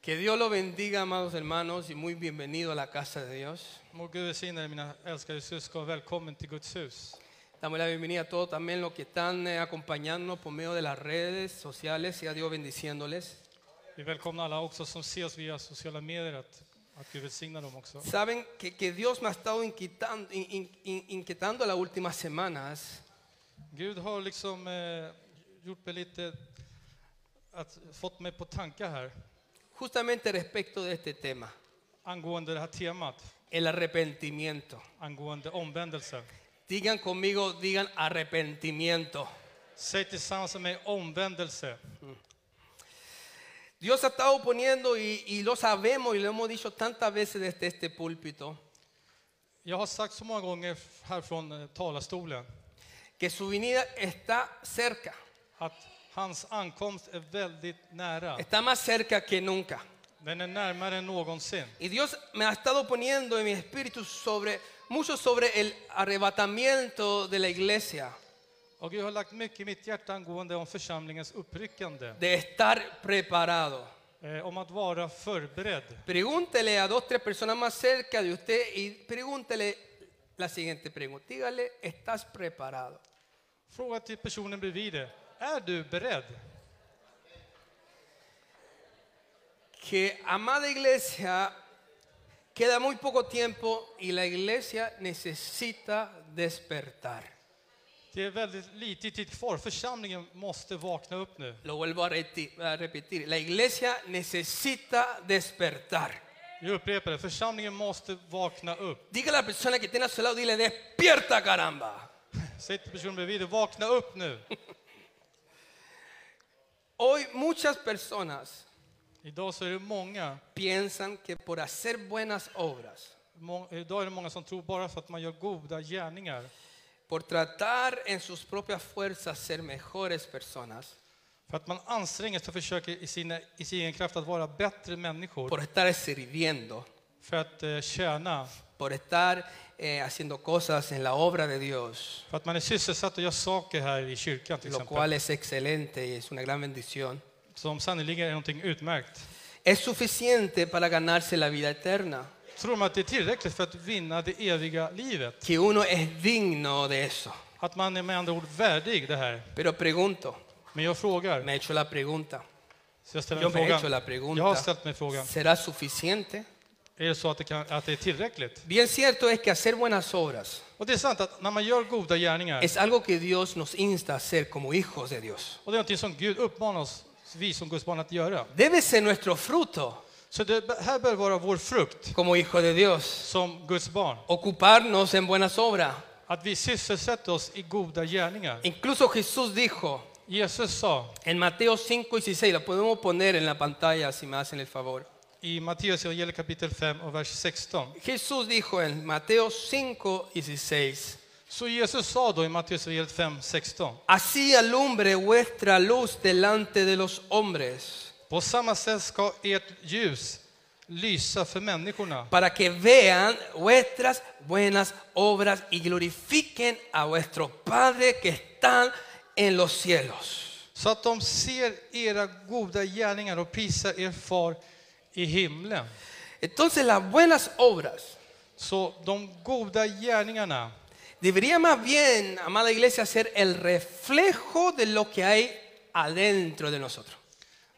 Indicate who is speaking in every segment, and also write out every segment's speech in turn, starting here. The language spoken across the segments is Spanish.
Speaker 1: Que Dios lo bendiga, amados hermanos, y muy bienvenido a la casa de Dios.
Speaker 2: Må Gud välsigna dig mina älskade syskon. Välkommen till Guds hus.
Speaker 1: Damos la bienvenida a todos también los que están eh, acompañándonos por medio de las redes sociales. Sea Dios bendiciéndoles.
Speaker 2: Vi välkomnar alla också som ser oss via sociala medier att, att Gud välsignar dem också.
Speaker 1: Saben que, que Dios me ha estado inquietando, in- in- in- inquietando las últimas semanas
Speaker 2: Gud har liksom eh, gjort mig lite, att, fått mig på tankar här
Speaker 1: justamente respecto de este tema,
Speaker 2: angående det här temat,
Speaker 1: el arrepentimiento.
Speaker 2: angående omvändelse.
Speaker 1: Digan conmigo, digan arrepentimiento.
Speaker 2: Säg tillsammans med mig omvändelse.
Speaker 1: Dios ha estado poniendo, y, y lo sabemos y lo hemos dicho tantas veces desde este púlpito,
Speaker 2: Jag har sagt så många gånger här från eh, talarstolen
Speaker 1: que su venida está cerca,
Speaker 2: att hans ankomst är väldigt nära.
Speaker 1: está más cerca que nunca.
Speaker 2: Den är närmare än någonsin.
Speaker 1: Y Dios me ha estado poniendo en mi espíritu sobre mucho sobre el arrebatamiento de la iglesia,
Speaker 2: Och Gud har lagt mycket i mitt hjärta angående om församlingens uppryckande.
Speaker 1: de estar preparado.
Speaker 2: Eh, om att vara förberedd.
Speaker 1: Pregúntele a dos, tres personas más cerca de usted y pregúntele la siguiente pregunta. Dígale, ¿estás preparado?
Speaker 2: Fråga till personen bredvid dig. Är du beredd?
Speaker 1: que amada iglesia queda muy poco tiempo y la iglesia necesita despertar.
Speaker 2: Det är väldigt lite tid kvar. Församlingen måste vakna upp nu.
Speaker 1: Lo vuelvo a, reti- a repetir, la iglesia necesita despertar.
Speaker 2: Jag upprepar det. Församlingen måste vakna upp.
Speaker 1: Diga a la persona que tiene a su lado, dile, despierta caramba.
Speaker 2: Säg till personen bredvid dig. Vakna upp nu.
Speaker 1: Hoy muchas personas
Speaker 2: Idag så är det många.
Speaker 1: piensan que por hacer buenas obras,
Speaker 2: Må, idag är det många som tror bara för att man gör goda gärningar.
Speaker 1: por tratar en sus propias fuerzas ser mejores personas,
Speaker 2: För att man anstränger sig och försöker i, sina, i sin egen kraft att vara bättre människor.
Speaker 1: por estar sirviendo,
Speaker 2: För att eh, tjäna
Speaker 1: por estar eh, haciendo cosas en la obra de Dios,
Speaker 2: För att man är sysselsatt och gör saker här i kyrkan till
Speaker 1: lo
Speaker 2: exempel.
Speaker 1: cual es excelente y es una gran bendición,
Speaker 2: Som sannerligen är någonting utmärkt.
Speaker 1: es suficiente para ganarse la vida eterna,
Speaker 2: Tror man att det är tillräckligt för att vinna det eviga livet?
Speaker 1: que uno es digno de eso.
Speaker 2: Att man är med andra ord värdig det här?
Speaker 1: Pero pregunto,
Speaker 2: Men jag frågar.
Speaker 1: me he hecho la pregunta,
Speaker 2: Så jag ställer
Speaker 1: yo
Speaker 2: mig
Speaker 1: me he hecho
Speaker 2: frågan.
Speaker 1: la
Speaker 2: Jag har
Speaker 1: pregunta,
Speaker 2: ställt mig frågan.
Speaker 1: ¿será suficiente?
Speaker 2: Är det så att det, kan, att det är tillräckligt?
Speaker 1: Bien cierto es que hacer buenas obras
Speaker 2: Och det är sant att när man gör goda gärningar.
Speaker 1: es algo que Dios nos insta a hacer como hijos de Dios.
Speaker 2: Och det är någonting som Gud uppmanar oss, vi som Guds barn att göra.
Speaker 1: Debe ser nuestro fruto
Speaker 2: Så det här bör vara vår frukt
Speaker 1: como hijos de Dios,
Speaker 2: som Guds barn.
Speaker 1: ocuparnos en buenas obras.
Speaker 2: Att vi sysselsätter oss i goda gärningar.
Speaker 1: Incluso Jesús dijo,
Speaker 2: Jesus sa
Speaker 1: En Mateo 5 y 16, la podemos poner en la pantalla si me hacen el favor.
Speaker 2: I Matteus evangeliet kapitel 5 och vers 16.
Speaker 1: Jesús dijo en Mateo 5 y 16,
Speaker 2: Så Jesus sa då i Matteus evangeliet 5, 16.
Speaker 1: así alumbre vuestra luz delante de los hombres,
Speaker 2: På samma sätt ska ert ljus lysa för människorna
Speaker 1: para que vean vuestras buenas obras y glorifiquen a vuestro Padre que está en los cielos.
Speaker 2: så att de ser era goda gärningar och prisar er far i himlen.
Speaker 1: Entonces las buenas obras
Speaker 2: Så de goda gärningarna
Speaker 1: debería más bien, amada iglesia, ser el reflejo de lo que hay adentro de nosotros.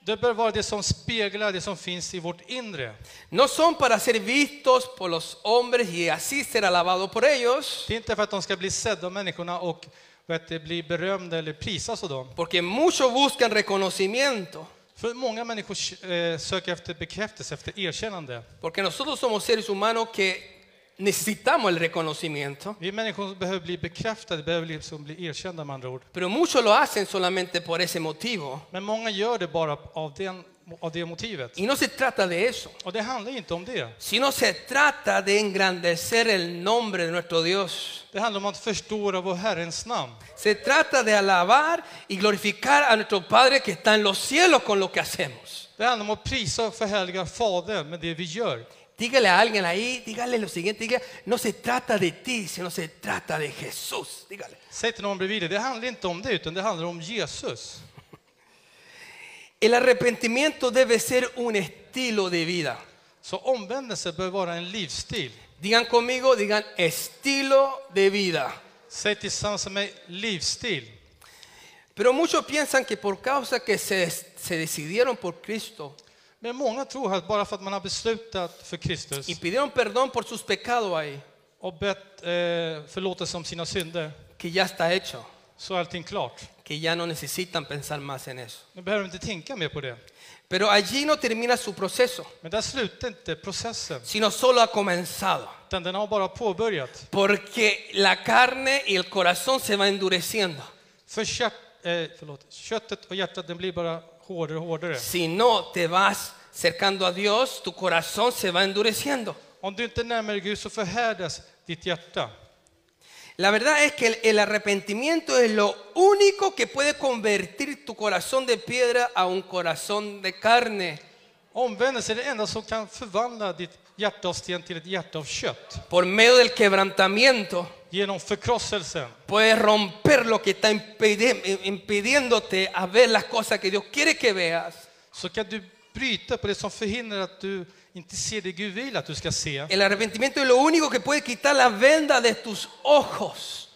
Speaker 2: det bör vara det som speglar det som finns i vårt inre.
Speaker 1: No son para ser vistos por los hombres y así ser alabado por ellos,
Speaker 2: Det är inte för att de ska bli sedda av människorna och vet, du, bli berömda eller prisas av dem.
Speaker 1: porque muchos buscan reconocimiento,
Speaker 2: För många människor eh, söker efter bekräftelse, efter erkännande.
Speaker 1: porque nosotros somos seres humanos que necesitamos el reconocimiento,
Speaker 2: Vi människor behöver bli bekräftade, behöver liksom bli erkända med andra ord.
Speaker 1: pero muchos lo hacen solamente por ese motivo.
Speaker 2: Men många gör det bara av, den, av det motivet.
Speaker 1: Y no se trata de eso,
Speaker 2: Och det handlar ju inte om det.
Speaker 1: sino se trata de engrandecer el nombre de nuestro Dios.
Speaker 2: Det handlar om att förstå vår Herrens namn.
Speaker 1: Se trata de alabar y glorificar a nuestro Padre que está en los cielos con lo que hacemos.
Speaker 2: Det handlar om att prisa och förhärliga Fadern med det vi gör.
Speaker 1: Dígale a alguien ahí, dígale lo siguiente, dígale, no se trata de ti, sino se trata de Jesús. Dígale.
Speaker 2: Säg till någon bredvid dig, det handlar inte om det, utan det handlar om Jesus.
Speaker 1: El arrepentimiento debe ser un estilo de vida.
Speaker 2: Så omvändelse bör vara en livsstil.
Speaker 1: Digan conmigo, digan estilo de vida.
Speaker 2: Säg tillsammans med mig livsstil.
Speaker 1: Pero muchos piensan que por causa que se, se decidieron por Cristo
Speaker 2: Men många tror att bara för att man har beslutat för Kristus
Speaker 1: y pidieron perdón por sus pecados ahí,
Speaker 2: och bett eh, förlåtelse om sina synder
Speaker 1: que ya está hecho,
Speaker 2: så är allting klart.
Speaker 1: que ya no necesitan pensar más en eso.
Speaker 2: Nu behöver du inte tänka mer på det.
Speaker 1: Pero allí no termina su proceso,
Speaker 2: Men där slutar inte processen,
Speaker 1: sino solo ha comenzado.
Speaker 2: utan den har bara påbörjat.
Speaker 1: Porque la carne y el corazón se va endureciendo.
Speaker 2: För kött, eh, förlåt, köttet och hjärtat den blir bara hårdare och hårdare.
Speaker 1: Si no te vas acercando a Dios, tu corazón se va endureciendo.
Speaker 2: Om du inte närmar dig Gud så förhärdas ditt hjärta.
Speaker 1: La verdad es que el- el arrepentimiento es lo único que puede convertir tu corazón de piedra a un corazón de carne.
Speaker 2: Omvändelse är det enda som kan förvandla ditt hjärta av sten till ett hjärta av kött.
Speaker 1: Por medio del quebrantamiento
Speaker 2: Genom förkrosselsen.
Speaker 1: puedes romper lo que está impidi- impidiéndote a ver las cosas que Dios quiere que veas.
Speaker 2: så kan du bryta på det som förhindrar att du inte ser det Gud vill att du ska se.
Speaker 1: El arrepentimiento es lo único que puede quitar la venda de tus ojos.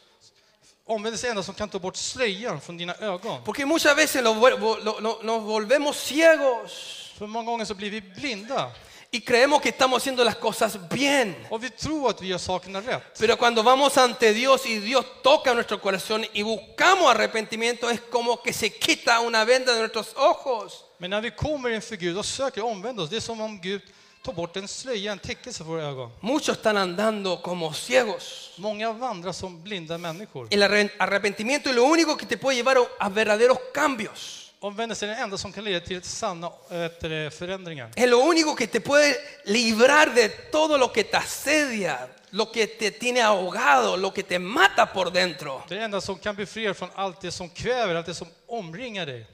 Speaker 2: Omvändelse är det enda som kan ta bort slöjan från dina ögon.
Speaker 1: Porque muchas veces lo vuel- vo- lo- lo- nos volvemos ciegos
Speaker 2: För många gånger så blir vi blinda
Speaker 1: y creemos que estamos haciendo las cosas bien.
Speaker 2: och vi tror att vi gör sakerna rätt.
Speaker 1: Pero cuando vamos ante Dios y Dios toca nuestro corazón y buscamos arrepentimiento, es como que se quita una venda de nuestros ojos.
Speaker 2: Men när vi kommer inför Gud och söker omvända oss, det är som om Gud tar bort en slöja, en täckelse för våra ögon.
Speaker 1: Muchos están andando como ciegos.
Speaker 2: Många vandrar som blinda människor.
Speaker 1: El arre- arrepentimiento es lo único que te puede llevar a- a verdaderos cambios.
Speaker 2: Omvändelse är det enda som kan leda till sanna äh, heter det, förändringar.
Speaker 1: Es lo único que te puede librar de todo lo que te asedia, lo que te tiene ahogado, lo que te mata por dentro.
Speaker 2: Det är det enda som kan befria dig från allt det som kväver, allt det som omringar dig.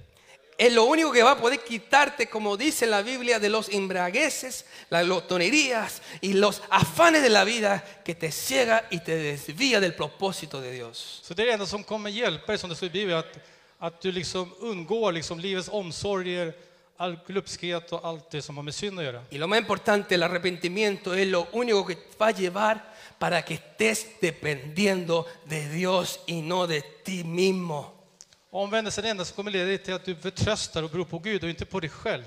Speaker 1: Es lo único que va a poder quitarte, como dice la Biblia, de los embragueces, las lotonerías y los afanes de la vida que te ciega y te desvía del propósito de Dios.
Speaker 2: Så det är det enda som kommer hjälpa dig, som det står i Bibeln, att, att du liksom undgår liksom livets omsorger, all glupskhet och allt det som har med synd att göra.
Speaker 1: Y lo más importante, el arrepentimiento es lo único que te va a llevar para que estés dependiendo de Dios y no de ti mismo.
Speaker 2: Omvändelse är det enda som kommer leda dig till att du förtröstar och beror på Gud och inte på dig själv.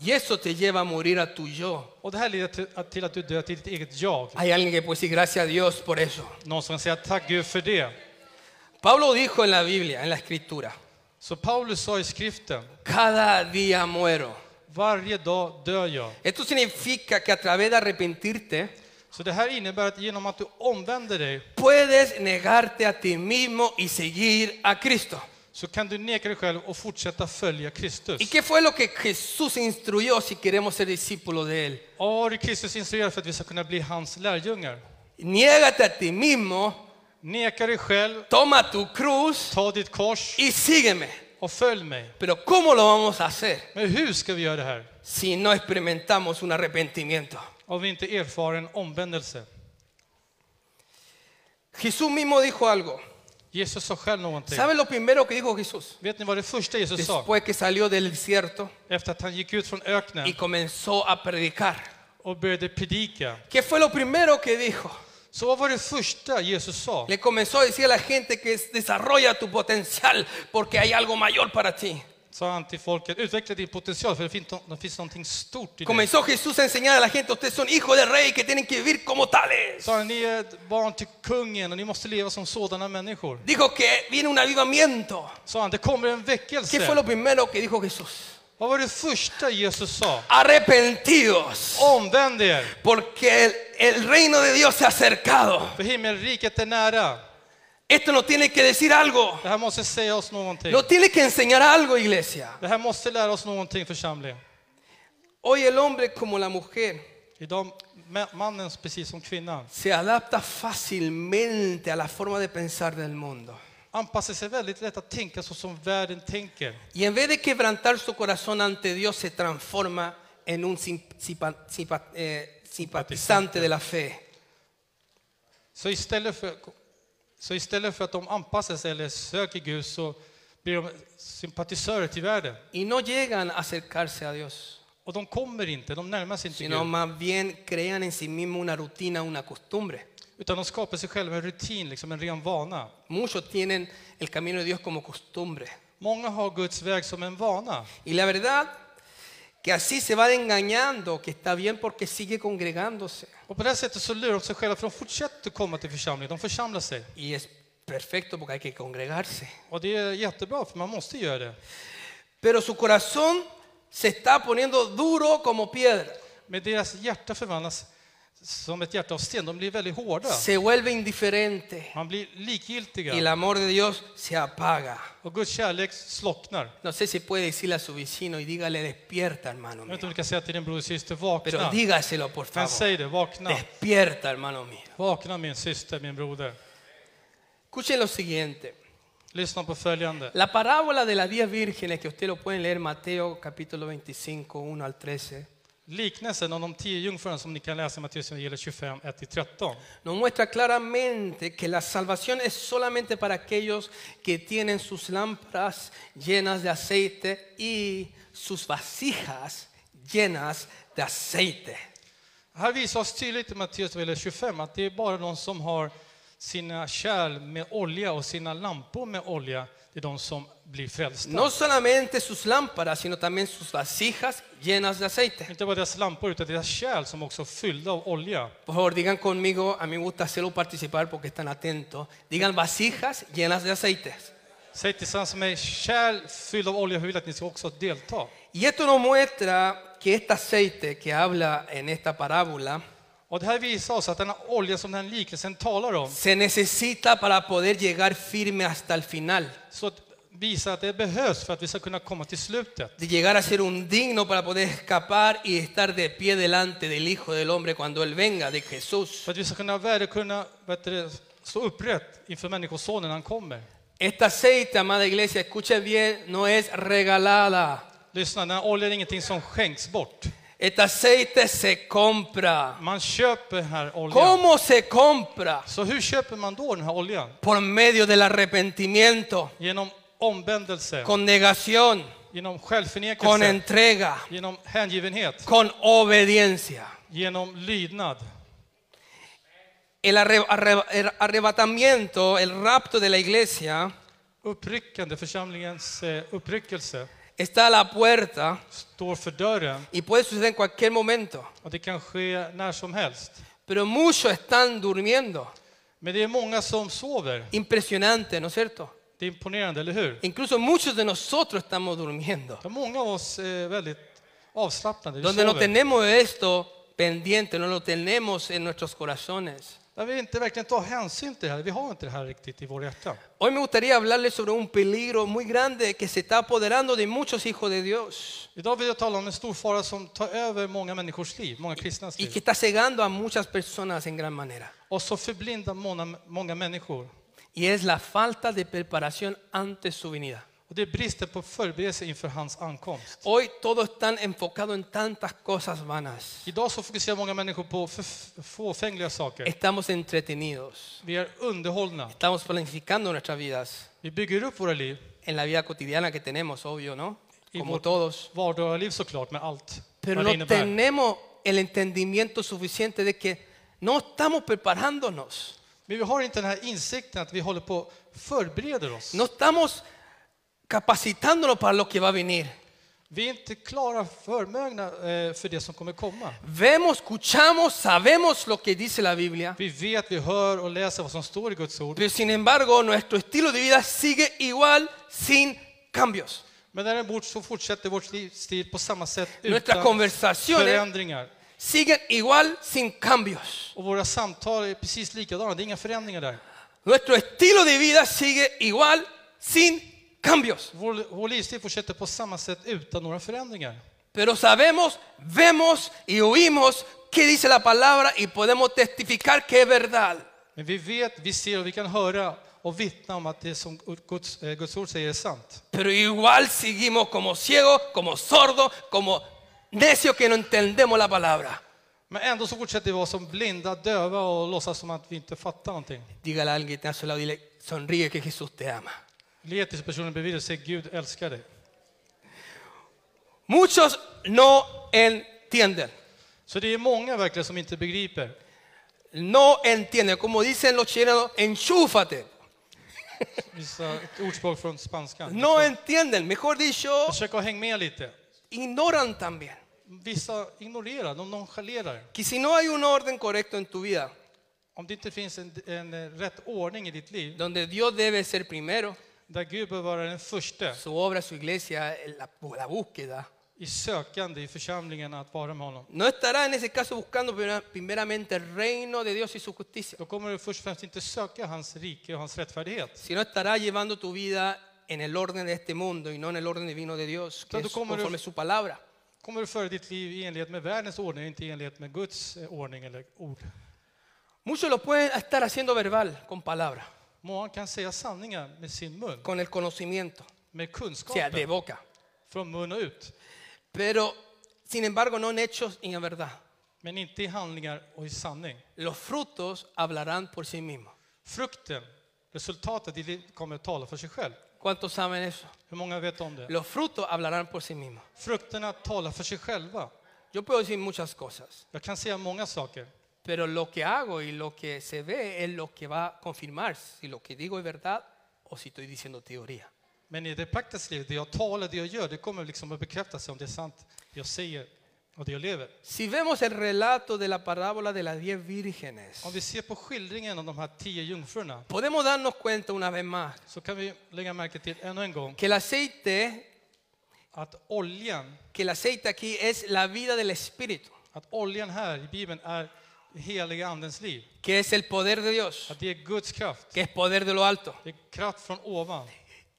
Speaker 1: Y eso te lleva a morir a tu yo.
Speaker 2: Och det här leder till att, till att du dör till ditt eget jag.
Speaker 1: Hay alguien que puede decir gracias a Dios por eso.
Speaker 2: Någon som kan säga tack Gud för det.
Speaker 1: Pablo dijo en la Biblia, en la escritura,
Speaker 2: Så Paulus sa i skriften,
Speaker 1: cada día muero.
Speaker 2: varje dag dör jag.
Speaker 1: Esto significa que a través de arrepentirte
Speaker 2: Så det här innebär att genom att du omvänder dig
Speaker 1: puedes negarte a ti mismo y seguir a Cristo.
Speaker 2: så kan du neka dig själv och fortsätta följa Kristus.
Speaker 1: ¿Y qué fue lo que Jesús instruyó si queremos ser discípulos de Él?
Speaker 2: Och vad har du Kristus instruerat för att vi ska kunna bli hans lärjungar?
Speaker 1: Niégate a ti mismo,
Speaker 2: Neka dig själv,
Speaker 1: toma tu cruz
Speaker 2: ta ditt kors
Speaker 1: y sígueme.
Speaker 2: och följ mig.
Speaker 1: Pero ¿cómo lo vamos a hacer
Speaker 2: Men hur ska vi göra det här
Speaker 1: si no experimentamos un arrepentimiento?
Speaker 2: om vi inte erfar en omvändelse?
Speaker 1: Jesús mismo dijo algo.
Speaker 2: Jesus sa själv någonting.
Speaker 1: ¿Saben lo primero que dijo Jesús?
Speaker 2: Vet ni vad det första Jesus sa
Speaker 1: Después que salió del desierto
Speaker 2: efter att han gick ut från
Speaker 1: y
Speaker 2: öknen
Speaker 1: comenzó a predicar.
Speaker 2: och började predika?
Speaker 1: ¿Qué fue lo primero que dijo?
Speaker 2: Så vad var det första Jesus sa?
Speaker 1: Le comenzó a decir a la gente que es- desarrolla tu potencial porque hay algo mayor para ti.
Speaker 2: Sa han till folket, utveckla din potential för det finns, det finns någonting stort i dig.
Speaker 1: Comenzó Jesús a enseñar a la gente, ustedes son hijos del rey que tienen que vivir como tales.
Speaker 2: Sa han, ni är ett barn till kungen och ni måste leva som sådana människor.
Speaker 1: Dijo que viene un avivamiento.
Speaker 2: Sa han, det kommer en
Speaker 1: ¿Qué fue
Speaker 2: väckelse.
Speaker 1: lo primero que dijo Jesús?
Speaker 2: Vad var det första Jesus sa?
Speaker 1: Arrepentidos,
Speaker 2: Omvänd er!
Speaker 1: porque el, el reino de Dios se ha acercado.
Speaker 2: För himmelriket är nära.
Speaker 1: Esto nos tiene que decir algo,
Speaker 2: Det här måste säga oss någonting.
Speaker 1: nos tiene que enseñar algo, iglesia.
Speaker 2: Det här måste lära oss någonting församling.
Speaker 1: Hoy el hombre como la mujer
Speaker 2: Idag, mä- mannen precis som kvinnan,
Speaker 1: se adapta fácilmente a la forma de pensar del mundo.
Speaker 2: anpassar sig väldigt lätt att tänka så som världen tänker.
Speaker 1: Y en vez de quebrantar su corazón ante Dios, se transforma en un sim- sipa- sipa- eh, simpatizante de la fe.
Speaker 2: Så istället för, så istället för att de anpassar sig eller söker Gud så blir de sympatisörer till världen.
Speaker 1: y no llegan a acercarse a Dios,
Speaker 2: Och de kommer inte, de närmar sig inte
Speaker 1: sino
Speaker 2: Gud.
Speaker 1: más bien crean en sí mismo una rutina, una costumbre.
Speaker 2: Utan de skapar sig själva en rutin, liksom en ren vana.
Speaker 1: Muchos tienen el camino de Dios como costumbre.
Speaker 2: Många har Guds väg som en vana.
Speaker 1: Y la verdad que así se van engañando, que está bien porque sigue congregándose.
Speaker 2: Och på det här sättet så lurar de sig själva för de fortsätter komma till församlingen, de församlar sig.
Speaker 1: Y es perfecto porque hay que congregarse.
Speaker 2: Och det är jättebra för man måste göra det.
Speaker 1: Pero su corazón se está poniendo duro como piedra.
Speaker 2: Men deras hjärta förvandlas som ett hjärta av sten, de blir väldigt hårda.
Speaker 1: Se vuelve indiferente.
Speaker 2: Man blir likgiltiga
Speaker 1: Y el amor de Dios se apaga.
Speaker 2: och Guds kärlek slocknar.
Speaker 1: No sé si puede decirle a su vecino y dígale despierta, hermano
Speaker 2: Jag vet inte
Speaker 1: mío.
Speaker 2: om du kan säga till din bror och syster,
Speaker 1: Pero
Speaker 2: vakna.
Speaker 1: dígaselo, por
Speaker 2: Men
Speaker 1: favor.
Speaker 2: säg det, vakna.
Speaker 1: Despierta, hermano mío.
Speaker 2: Vakna min syster, min broder.
Speaker 1: Escuchen lo siguiente.
Speaker 2: Lyssna på följande.
Speaker 1: La parábola de las diez vírgenes, que usted lo pueden leer Mateo capítulo 25, 1 al 13,
Speaker 2: Liknelsen om de tio jungfrurna som ni kan läsa i Matteus evangeliet 25, 1-13.
Speaker 1: nos muestra claramente que la salvación es solamente para aquellos que tienen sus lámparas llenas de aceite y sus vasijas llenas de aceite.
Speaker 2: Här visas tydligt i Matteus evangeliet 25 att det är bara de som har sina kärl med olja och sina lampor med olja, det är de som blir frälsta.
Speaker 1: No solamente sus lámparas, sino también sus vasijas llenas de aceite.
Speaker 2: Inte bara deras lampor utan deras kärl som också är fyllda av olja.
Speaker 1: Por favor, digan conmigo, a mí me gusta hacerlo participar porque están atentos. Digan vasijas llenas de aceite.
Speaker 2: Säg tillsammans med mig, kärl fylld av olja, hur vill jag att ni ska också delta?
Speaker 1: Y esto nos muestra que este aceite que habla en esta parábola
Speaker 2: Och det här visar oss att den här olja som den här liknelsen talar om,
Speaker 1: se necesita para poder llegar firme hasta el final,
Speaker 2: så att visar att det behövs för att vi ska kunna komma till slutet.
Speaker 1: de llegar a ser un digno para poder escapar y estar de pie delante del Hijo del Hombre cuando Él venga, de Jesús.
Speaker 2: För att vi ska kunna, värde, kunna vet du, det, stå upprätt inför Människosonen när han kommer.
Speaker 1: Este aceite, amada iglesia, escuchen bien, no es regalada.
Speaker 2: Lyssna, den här oljan är ingenting som skänks bort.
Speaker 1: Este aceite se compra.
Speaker 2: Man köper den här oljan.
Speaker 1: ¿Cómo se compra?
Speaker 2: Så hur köper man då den här oljan?
Speaker 1: Por medio del arrepentimiento,
Speaker 2: Genom omvändelse,
Speaker 1: con negación,
Speaker 2: genom
Speaker 1: con
Speaker 2: självförnekelse,
Speaker 1: entrega.
Speaker 2: genom hängivenhet,
Speaker 1: con obediencia.
Speaker 2: genom lydnad.
Speaker 1: El arre- arre- el arrebatamiento, el rapto de la iglesia
Speaker 2: Uppryckande, församlingens eh, uppryckelse,
Speaker 1: está a la puerta
Speaker 2: står för dörren
Speaker 1: y puede suceder en cualquier momento.
Speaker 2: och det kan ske när som helst.
Speaker 1: Pero muchos están durmiendo.
Speaker 2: Men det är många som sover.
Speaker 1: Impresionante, ¿no es cierto?
Speaker 2: Det är imponerande, eller hur?
Speaker 1: Incluso muchos de nosotros estamos durmiendo.
Speaker 2: För många av oss är väldigt avslappnade. Vi
Speaker 1: Donde no
Speaker 2: sover.
Speaker 1: tenemos esto pendiente, no lo tenemos en nuestros corazones.
Speaker 2: Där vi inte verkligen tar hänsyn till det här. Vi har inte det här riktigt i våra hjärtan.
Speaker 1: Hoy me gustaría hablarles sobre un peligro muy grande que se está apoderando de muchos hijos de Dios
Speaker 2: Idag vill jag tala om en stor fara som tar över många människors liv, många kristnas
Speaker 1: y que
Speaker 2: liv.
Speaker 1: está cegando a muchas personas en gran manera.
Speaker 2: Och så förblindar många, många människor.
Speaker 1: Y es la falta de preparación ante su venida.
Speaker 2: Och det är bristen på förberedelse inför hans ankomst.
Speaker 1: Hoy todo están enfocado en tantas cosas vanas.
Speaker 2: Idag så fokuserar många människor på förf- fåfängliga saker.
Speaker 1: Estamos entretenidos.
Speaker 2: Vi är underhållna.
Speaker 1: Estamos planificando nuestras vidas
Speaker 2: Vi bygger upp våra liv.
Speaker 1: en la vida cotidiana que tenemos, obvio, ¿no?
Speaker 2: Y
Speaker 1: Como
Speaker 2: por-
Speaker 1: todos.
Speaker 2: Vardagliga liv såklart, med allt
Speaker 1: Pero
Speaker 2: vad det
Speaker 1: no
Speaker 2: innebär.
Speaker 1: tenemos el entendimiento suficiente de que no estamos preparándonos.
Speaker 2: Men vi har inte den här insikten att vi håller på och förbereder oss.
Speaker 1: No estamos capacitándonos para lo que va a venir.
Speaker 2: Vi är inte klara förmögna eh, för det som kommer komma.
Speaker 1: Vemos, escuchamos, sabemos lo que dice la Biblia.
Speaker 2: Vi vet, vi hör och läser vad som står i Guds ord.
Speaker 1: Pero sin embargo, nuestro estilo de vida sigue igual sin cambios.
Speaker 2: Men däremot så fortsätter vårt livsstil på samma sätt
Speaker 1: Nuestra
Speaker 2: utan
Speaker 1: conversaciones
Speaker 2: förändringar.
Speaker 1: siguen igual sin cambios.
Speaker 2: Och våra samtal är precis likadana, det är inga förändringar där.
Speaker 1: Nuestro estilo de vida sigue igual sin cambios.
Speaker 2: Vår, vår livsstil fortsätter på samma sätt utan några förändringar.
Speaker 1: Pero sabemos, vemos y oímos qué dice la palabra y podemos testificar que es verdad.
Speaker 2: Men vi vet, vi ser och vi kan höra och vittna om att det som Guds, eh, Guds ord säger är sant.
Speaker 1: Pero igual seguimos como ciegos, como sordos, como necios que no entendemos la palabra.
Speaker 2: Men ändå så fortsätter vi vara som blinda, döva och låtsas som att vi inte fattar någonting.
Speaker 1: Dígale a alguien que está a su lado, dile, sonríe que Jesús te ama.
Speaker 2: Let tills personen bevidrar sig, Gud älskar dig.
Speaker 1: Muchos no entienden.
Speaker 2: Så det är många verkligen som inte begriper.
Speaker 1: No entienden. Como dicen los chilenos, enchúfate.
Speaker 2: Vissa ett ordspråk från spanskan.
Speaker 1: No entienden. Mejor dicho,
Speaker 2: Försök att hänga med lite.
Speaker 1: ignoran también.
Speaker 2: Vissa ignorerar, de nonchalerar.
Speaker 1: Que si no hay un orden correcto en tu vida,
Speaker 2: Om det inte finns en, en eh, rätt ordning i ditt liv,
Speaker 1: donde Dios debe ser primero,
Speaker 2: där Gud bör vara den första
Speaker 1: su obra, su iglesia, la, la búsqueda,
Speaker 2: i sökande i församlingen att vara med honom.
Speaker 1: no estará en ese caso buscando primera- primeramente el reino de Dios y su justicia,
Speaker 2: Då kommer du först och främst inte söka hans rike och hans rättfärdighet.
Speaker 1: sino estará llevando tu vida en el orden de este mundo y no en el orden divino de Dios, que
Speaker 2: Tanto
Speaker 1: es
Speaker 2: como
Speaker 1: conforme
Speaker 2: los-
Speaker 1: su palabra.
Speaker 2: Kommer du föra ditt liv i enlighet med världens ordning, inte i enlighet med Guds eh, ordning eller ord.
Speaker 1: Muchos lo pueden estar haciendo verbal, con palabra,
Speaker 2: Många kan säga sanningar med sin mun,
Speaker 1: con el conocimiento,
Speaker 2: med
Speaker 1: o sea, de
Speaker 2: kunskapen,
Speaker 1: boca,
Speaker 2: från mun och ut.
Speaker 1: pero sin embargo no en hechos ni en verdad.
Speaker 2: Men inte i handlingar och i sanning.
Speaker 1: Los frutos hablarán por sí mismos.
Speaker 2: Frukten, resultatet, det kommer att tala för sig själv.
Speaker 1: ¿Cuántos saben eso?
Speaker 2: Hur många vet om det?
Speaker 1: Los frutos hablarán por sí mismos.
Speaker 2: Frukterna talar för sig själva.
Speaker 1: Yo puedo decir muchas cosas,
Speaker 2: Jag kan säga många saker,
Speaker 1: pero lo que hago y lo que se ve es lo que va a confirmar si lo que digo es verdad o si estoy diciendo teoría.
Speaker 2: men i det praktiska livet, det jag talar, det jag gör, det kommer liksom att bekräfta sig om det är sant, det jag säger och det jag lever.
Speaker 1: Si vemos el relato de la parábola de las diez vírgenes,
Speaker 2: Om vi ser på skildringen av de här tio jungfrurna
Speaker 1: podemos darnos cuenta una vez más
Speaker 2: så kan vi lägga märke till ännu en gång
Speaker 1: que el aceite,
Speaker 2: att oljan,
Speaker 1: que el aceite aquí es la vida del espíritu,
Speaker 2: att oljan här i Bibeln är heliga andens liv.
Speaker 1: que es el poder de Dios,
Speaker 2: Att det är Guds kraft.
Speaker 1: que es poder de lo alto.
Speaker 2: Det är kraft från ovan.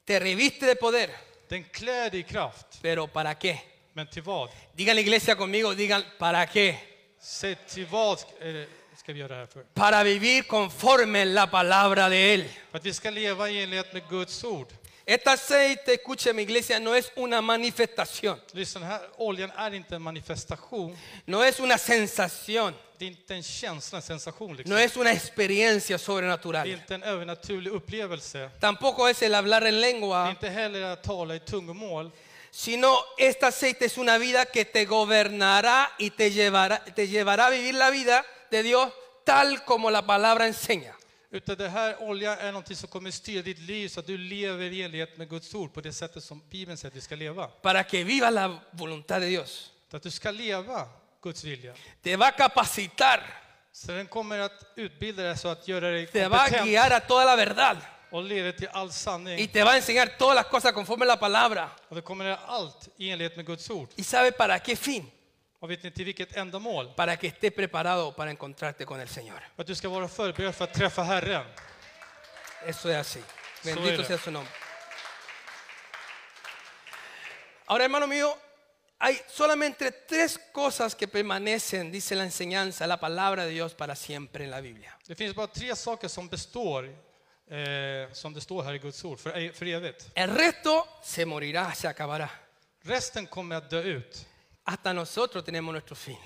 Speaker 1: Te reviste de poder,
Speaker 2: Den klär dig i kraft.
Speaker 1: pero ¿para qué?
Speaker 2: Men till vad?
Speaker 1: Digan la iglesia conmigo, digan ¿para qué?
Speaker 2: Säg till vad eh, ska vi göra det här för?
Speaker 1: Para vivir conforme la palabra de Él.
Speaker 2: För att vi ska leva i enlighet med Guds ord.
Speaker 1: Este aceite, escuche mi iglesia, no es una manifestación,
Speaker 2: Lyssna, den här oljan är inte en manifestation.
Speaker 1: no es una sensación,
Speaker 2: Det är inte en känsla, en sensation. Liksom.
Speaker 1: no
Speaker 2: Det
Speaker 1: es una experiencia
Speaker 2: är
Speaker 1: sobrenatural.
Speaker 2: inte en övernaturlig upplevelse.
Speaker 1: Tampoco es el hablar en
Speaker 2: Det är
Speaker 1: lengua,
Speaker 2: inte heller att tala i tungomål.
Speaker 1: sino este aceite es una vida que te gobernará y te llevará, te llevará a vivir la vida de Dios tal como la palabra enseña.
Speaker 2: Utan det här oljan är någonting som kommer styra ditt liv så att du lever i enlighet med Guds ord på det sättet som Bibeln säger att vi ska leva.
Speaker 1: Para que vivas la voluntad de Dios.
Speaker 2: Så att du ska leva Guds vilja.
Speaker 1: Te va a capacitar,
Speaker 2: Så den kommer att utbilda dig så att göra dig
Speaker 1: te va a
Speaker 2: kompetent
Speaker 1: guiar a toda la verdad
Speaker 2: och leda till all
Speaker 1: y
Speaker 2: sanning.
Speaker 1: te va a enseñar todas las cosas conforme la palabra.
Speaker 2: Och det kommer att göra allt i enlighet med Guds ord.
Speaker 1: ¿Y sabe para qué fin?
Speaker 2: Och vet ni till vilket ändamål?
Speaker 1: para que estés preparado para encontrarte con el Señor.
Speaker 2: För att du ska vara förberedd för att träffa Herren.
Speaker 1: Eso es así.
Speaker 2: Eso
Speaker 1: Bendito
Speaker 2: era.
Speaker 1: sea su nombre. Ahora, hermano mío, hay solamente tres cosas que permanecen, dice la enseñanza, la palabra de Dios para siempre en la Biblia.
Speaker 2: Det finns bara tre saker som består, eh, som det står här i Guds ord, för, för evigt.
Speaker 1: El resto se morirá, se acabará.
Speaker 2: Resten kommer att dö ut.
Speaker 1: Hasta nosotros tenemos nuestro fin.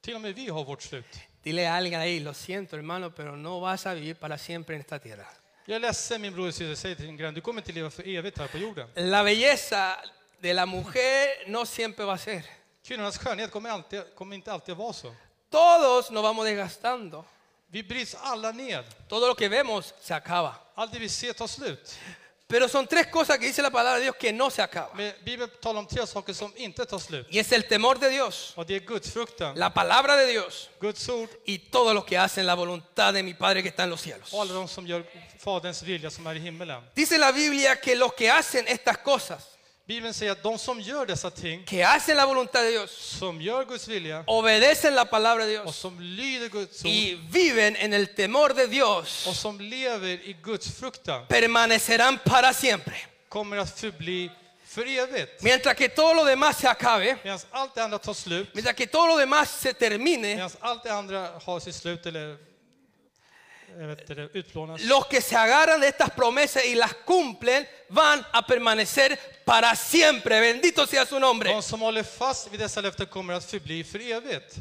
Speaker 2: Till och med vi har vårt slut.
Speaker 1: Dile a alguien ahí, lo siento hermano, pero no vas a vivir para siempre en esta tierra.
Speaker 2: Jag är ledsen min bror och syster, säger till din grann, du kommer inte leva för evigt här på jorden.
Speaker 1: La belleza de la mujer no siempre va a ser.
Speaker 2: Kvinnornas skönhet kommer, alltid, kommer inte alltid vara så.
Speaker 1: Todos nos vamos desgastando.
Speaker 2: Vi bryts alla ned.
Speaker 1: Todo lo que vemos se acaba.
Speaker 2: Allt det vi ser tar slut.
Speaker 1: Pero son tres cosas que dice la palabra de Dios que no se acaban.
Speaker 2: Men Bibeln talar om tre saker som inte tar slut.
Speaker 1: Y es el temor de Dios,
Speaker 2: Och det är gudsfruktan,
Speaker 1: la palabra de Dios
Speaker 2: Guds ord
Speaker 1: y todos los que hacen la voluntad de mi Padre que está en los cielos.
Speaker 2: och alla de som gör Faderns vilja som är i himmelen.
Speaker 1: Dice la Biblia que los que hacen estas cosas,
Speaker 2: Bibeln säger att de som gör dessa ting,
Speaker 1: que hacen la voluntad de Dios,
Speaker 2: som gör Guds vilja
Speaker 1: obedecen la palabra de
Speaker 2: och
Speaker 1: Dios
Speaker 2: som lyder Guds ord
Speaker 1: y viven en el temor de
Speaker 2: och
Speaker 1: Dios,
Speaker 2: som lever i gudsfruktan
Speaker 1: permanecerán para siempre.
Speaker 2: kommer att förbli för evigt.
Speaker 1: Mientras que todo lo demás se acabe,
Speaker 2: Medan allt det andra tar slut,
Speaker 1: mientras que todo lo demás se termine,
Speaker 2: medan allt det andra har sitt slut eller jag vet inte, det utplånas.
Speaker 1: Los que se agarran de estas promesas y las cumplen van a permanecer para siempre. Bendito sea su nombre.
Speaker 2: De som håller fast vid dessa löften kommer att förbli för evigt.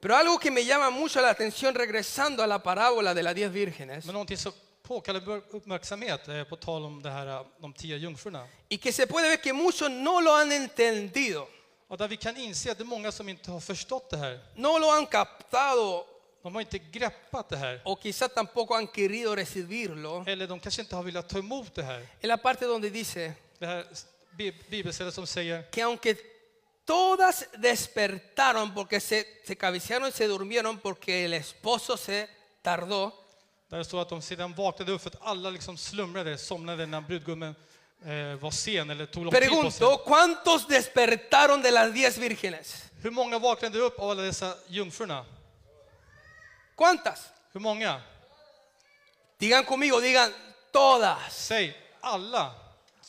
Speaker 1: Pero algo que me llama mucho la atención regresando a la parábola de las diez vírgenes
Speaker 2: Men någonting som påkallar vår uppmärksamhet eh, på tal om det här, eh, de tio jungfrurna.
Speaker 1: y que se puede ver que muchos no lo han entendido,
Speaker 2: Och där vi kan inse att det är många som inte har förstått det här.
Speaker 1: no lo han captado
Speaker 2: De har inte greppat det här.
Speaker 1: o quizás tampoco han querido recibirlo.
Speaker 2: Eller de kanske inte har velat ta emot det här.
Speaker 1: En la parte donde dice
Speaker 2: Det här bi- bibelstället som säger
Speaker 1: que aunque todas despertaron porque se, se cabecearon y se durmieron porque el esposo se tardó,
Speaker 2: Där det står att de sedan vaknade upp för att alla liksom slumrade, somnade när brudgummen eh, var sen eller tog lång tid på sig.
Speaker 1: pregunto, ¿cuántos despertaron de las diez vírgenes?
Speaker 2: Hur många vaknade upp av alla dessa jungfrurna?
Speaker 1: ¿Cuántas?
Speaker 2: Hur många?
Speaker 1: Digan conmigo, digan todas.
Speaker 2: Säg alla.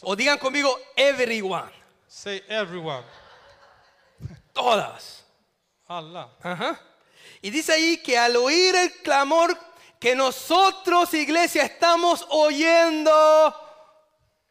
Speaker 1: O digan conmigo, everyone.
Speaker 2: Säg everyone.
Speaker 1: Todas.
Speaker 2: Alla.
Speaker 1: Ajá. Y dice ahí que al oír el clamor que nosotros, iglesia, estamos oyendo,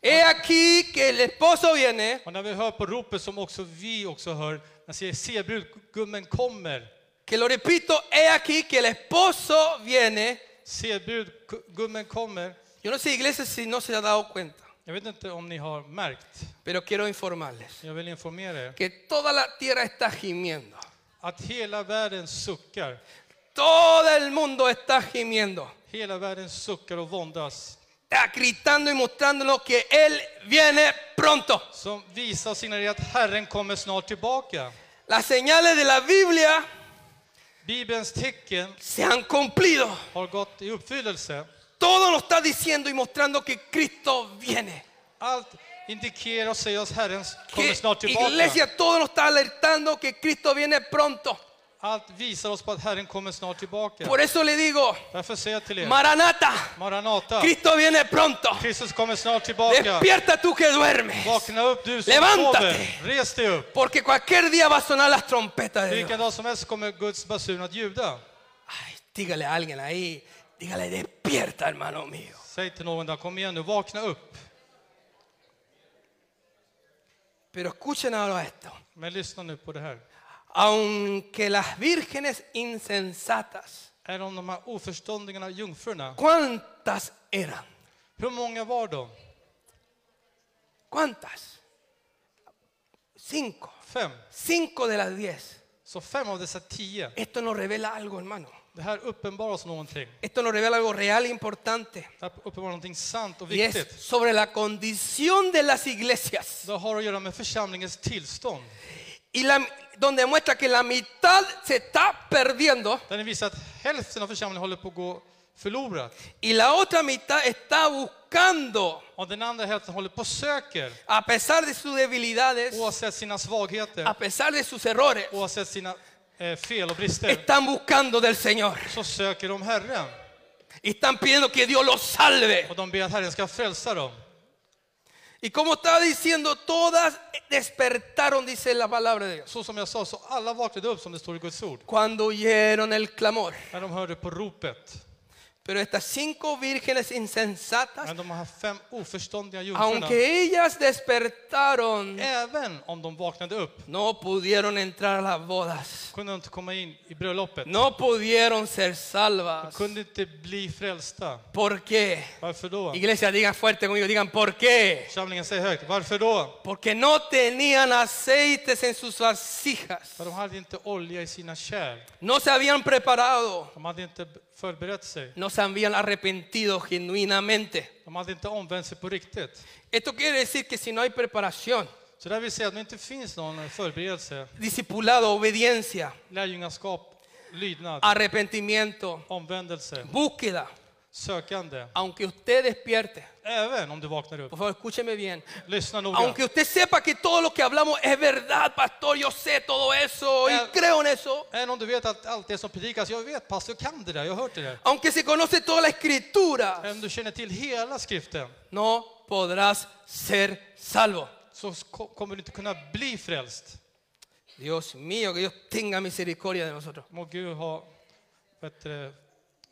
Speaker 1: he aquí que el esposo viene,
Speaker 2: Och när vi hör på ropet som också vi också hör, när säger se brudgummen kommer.
Speaker 1: que lo repito, he aquí que el esposo viene.
Speaker 2: Se brudgummen kommer.
Speaker 1: Yo no sé, iglesia, si no se ha dado cuenta,
Speaker 2: Jag vet inte om ni har märkt,
Speaker 1: pero quiero informarles
Speaker 2: jag vill informera er,
Speaker 1: que toda la tierra está gimiendo,
Speaker 2: att hela världen suckar.
Speaker 1: todo el mundo está gimiendo,
Speaker 2: Hela världen suckar och våndas.
Speaker 1: está gritando y mostrándonos que Él viene pronto.
Speaker 2: som visar och signalerar att Herren kommer snart tillbaka.
Speaker 1: Las señales de la Biblia
Speaker 2: Bibelns tecken
Speaker 1: se han cumplido.
Speaker 2: har gått i uppfyllelse.
Speaker 1: Todo nos está diciendo y mostrando que Cristo viene.
Speaker 2: Allt indikerar och säger oss Herren kommer
Speaker 1: Que
Speaker 2: snart tillbaka.
Speaker 1: iglesia, todo nos está alertando que Cristo viene pronto.
Speaker 2: Allt visar oss på att Herren kommer snart tillbaka.
Speaker 1: Por eso le digo,
Speaker 2: Därför säger jag till er,
Speaker 1: Maranata,
Speaker 2: Maranata,
Speaker 1: Cristo viene pronto.
Speaker 2: Kristus kommer snart tillbaka.
Speaker 1: Despierta tú que duermes,
Speaker 2: Vakna upp du som
Speaker 1: Levántate.
Speaker 2: sover, res dig upp.
Speaker 1: porque cualquier día va a sonar las trompetas de Dios.
Speaker 2: Vilken dag som helst kommer Guds basun att ljuda.
Speaker 1: Ay, dígale a alguien ahí, dígale, despierta hermano mío.
Speaker 2: Säg till någon där, kom igen nu, vakna upp.
Speaker 1: Pero escuchen ahora esto.
Speaker 2: Men lyssna nu på det här.
Speaker 1: Aunque las vírgenes insensatas,
Speaker 2: Är de de här oförståndiga jungfrurna?
Speaker 1: ¿cuántas eran?
Speaker 2: Hur många var de?
Speaker 1: ¿Cuántas? Cinco.
Speaker 2: Fem.
Speaker 1: Cinco de las diez.
Speaker 2: Så fem av dessa tio,
Speaker 1: Esto nos revela algo, hermano.
Speaker 2: det här uppenbarar oss någonting.
Speaker 1: Esto nos revela algo real e importante.
Speaker 2: Det här uppenbarar någonting sant och
Speaker 1: Y es
Speaker 2: viktigt.
Speaker 1: sobre la condición de las iglesias.
Speaker 2: Det har att göra med församlingens tillstånd.
Speaker 1: Y la- donde muestra que la mitad se está perdiendo
Speaker 2: Där den visar att hälften av församlingen håller på att gå förlorad.
Speaker 1: y la otra mitad está buscando,
Speaker 2: Och den andra hälften håller på och söker.
Speaker 1: a pesar de sus debilidades,
Speaker 2: Oavsett sina svagheter,
Speaker 1: a pesar de sus errores,
Speaker 2: oavsett sina eh, fel och brister,
Speaker 1: están buscando del Señor.
Speaker 2: så söker de Herren.
Speaker 1: Y están pidiendo que Dios los salve.
Speaker 2: Och de ber att Herren ska frälsa dem.
Speaker 1: Y como estaba diciendo, todas despertaron, dice la palabra de Dios.
Speaker 2: Så som jag sa, så alla vaknade upp som det står i Guds ord.
Speaker 1: Cuando oyeron el clamor.
Speaker 2: När de hörde på ropet.
Speaker 1: Pero estas cinco vírgenes insensatas,
Speaker 2: Men de har fem oförståndiga jungfrurna.
Speaker 1: aunque ellas despertaron,
Speaker 2: Eh. Även om de vaknade upp
Speaker 1: no pudieron entrar a las bodas.
Speaker 2: kunde de inte komma in i bröllopet.
Speaker 1: No pudieron ser
Speaker 2: De
Speaker 1: salvas.
Speaker 2: kunde inte bli frälsta.
Speaker 1: ¿Por qué?
Speaker 2: Varför då?
Speaker 1: Iglesia, digan fuerte conmigo, digan ¿por qué?
Speaker 2: Församlingen säger högt, varför då?
Speaker 1: Porque no tenían aceites en sus vasijas.
Speaker 2: För de hade inte olja i sina kärl.
Speaker 1: No se habían preparado.
Speaker 2: De hade inte förberett sig.
Speaker 1: No se habían arrepentido genuinamente.
Speaker 2: De hade inte omvänt sig på riktigt.
Speaker 1: Esto quiere decir que si no hay preparación,
Speaker 2: Så där vill säga att det inte finns någon förberedelse,
Speaker 1: discipulado, obediencia,
Speaker 2: lärjungaskap, lydnad,
Speaker 1: arrepentimiento,
Speaker 2: omvändelse,
Speaker 1: búsqueda,
Speaker 2: sökande.
Speaker 1: aunque usted despierte,
Speaker 2: Även om du vaknar upp.
Speaker 1: por favor escúcheme bien,
Speaker 2: Lyssna noga.
Speaker 1: aunque usted sepa que todo lo que hablamos es verdad, pastor, yo sé todo eso y
Speaker 2: Eh.
Speaker 1: creo en eso,
Speaker 2: Även om du vet att allt det som predikas, jag vet pastor, jag kan det där, jag har hört det där.
Speaker 1: aunque se conoce toda la escritura,
Speaker 2: Även om du känner till hela skriften
Speaker 1: no podrás ser salvo.
Speaker 2: så ko- kommer du inte kunna bli frälst.
Speaker 1: Dios mío, que Dios tenga misericordia de nosotros,
Speaker 2: Må Gud ha bättre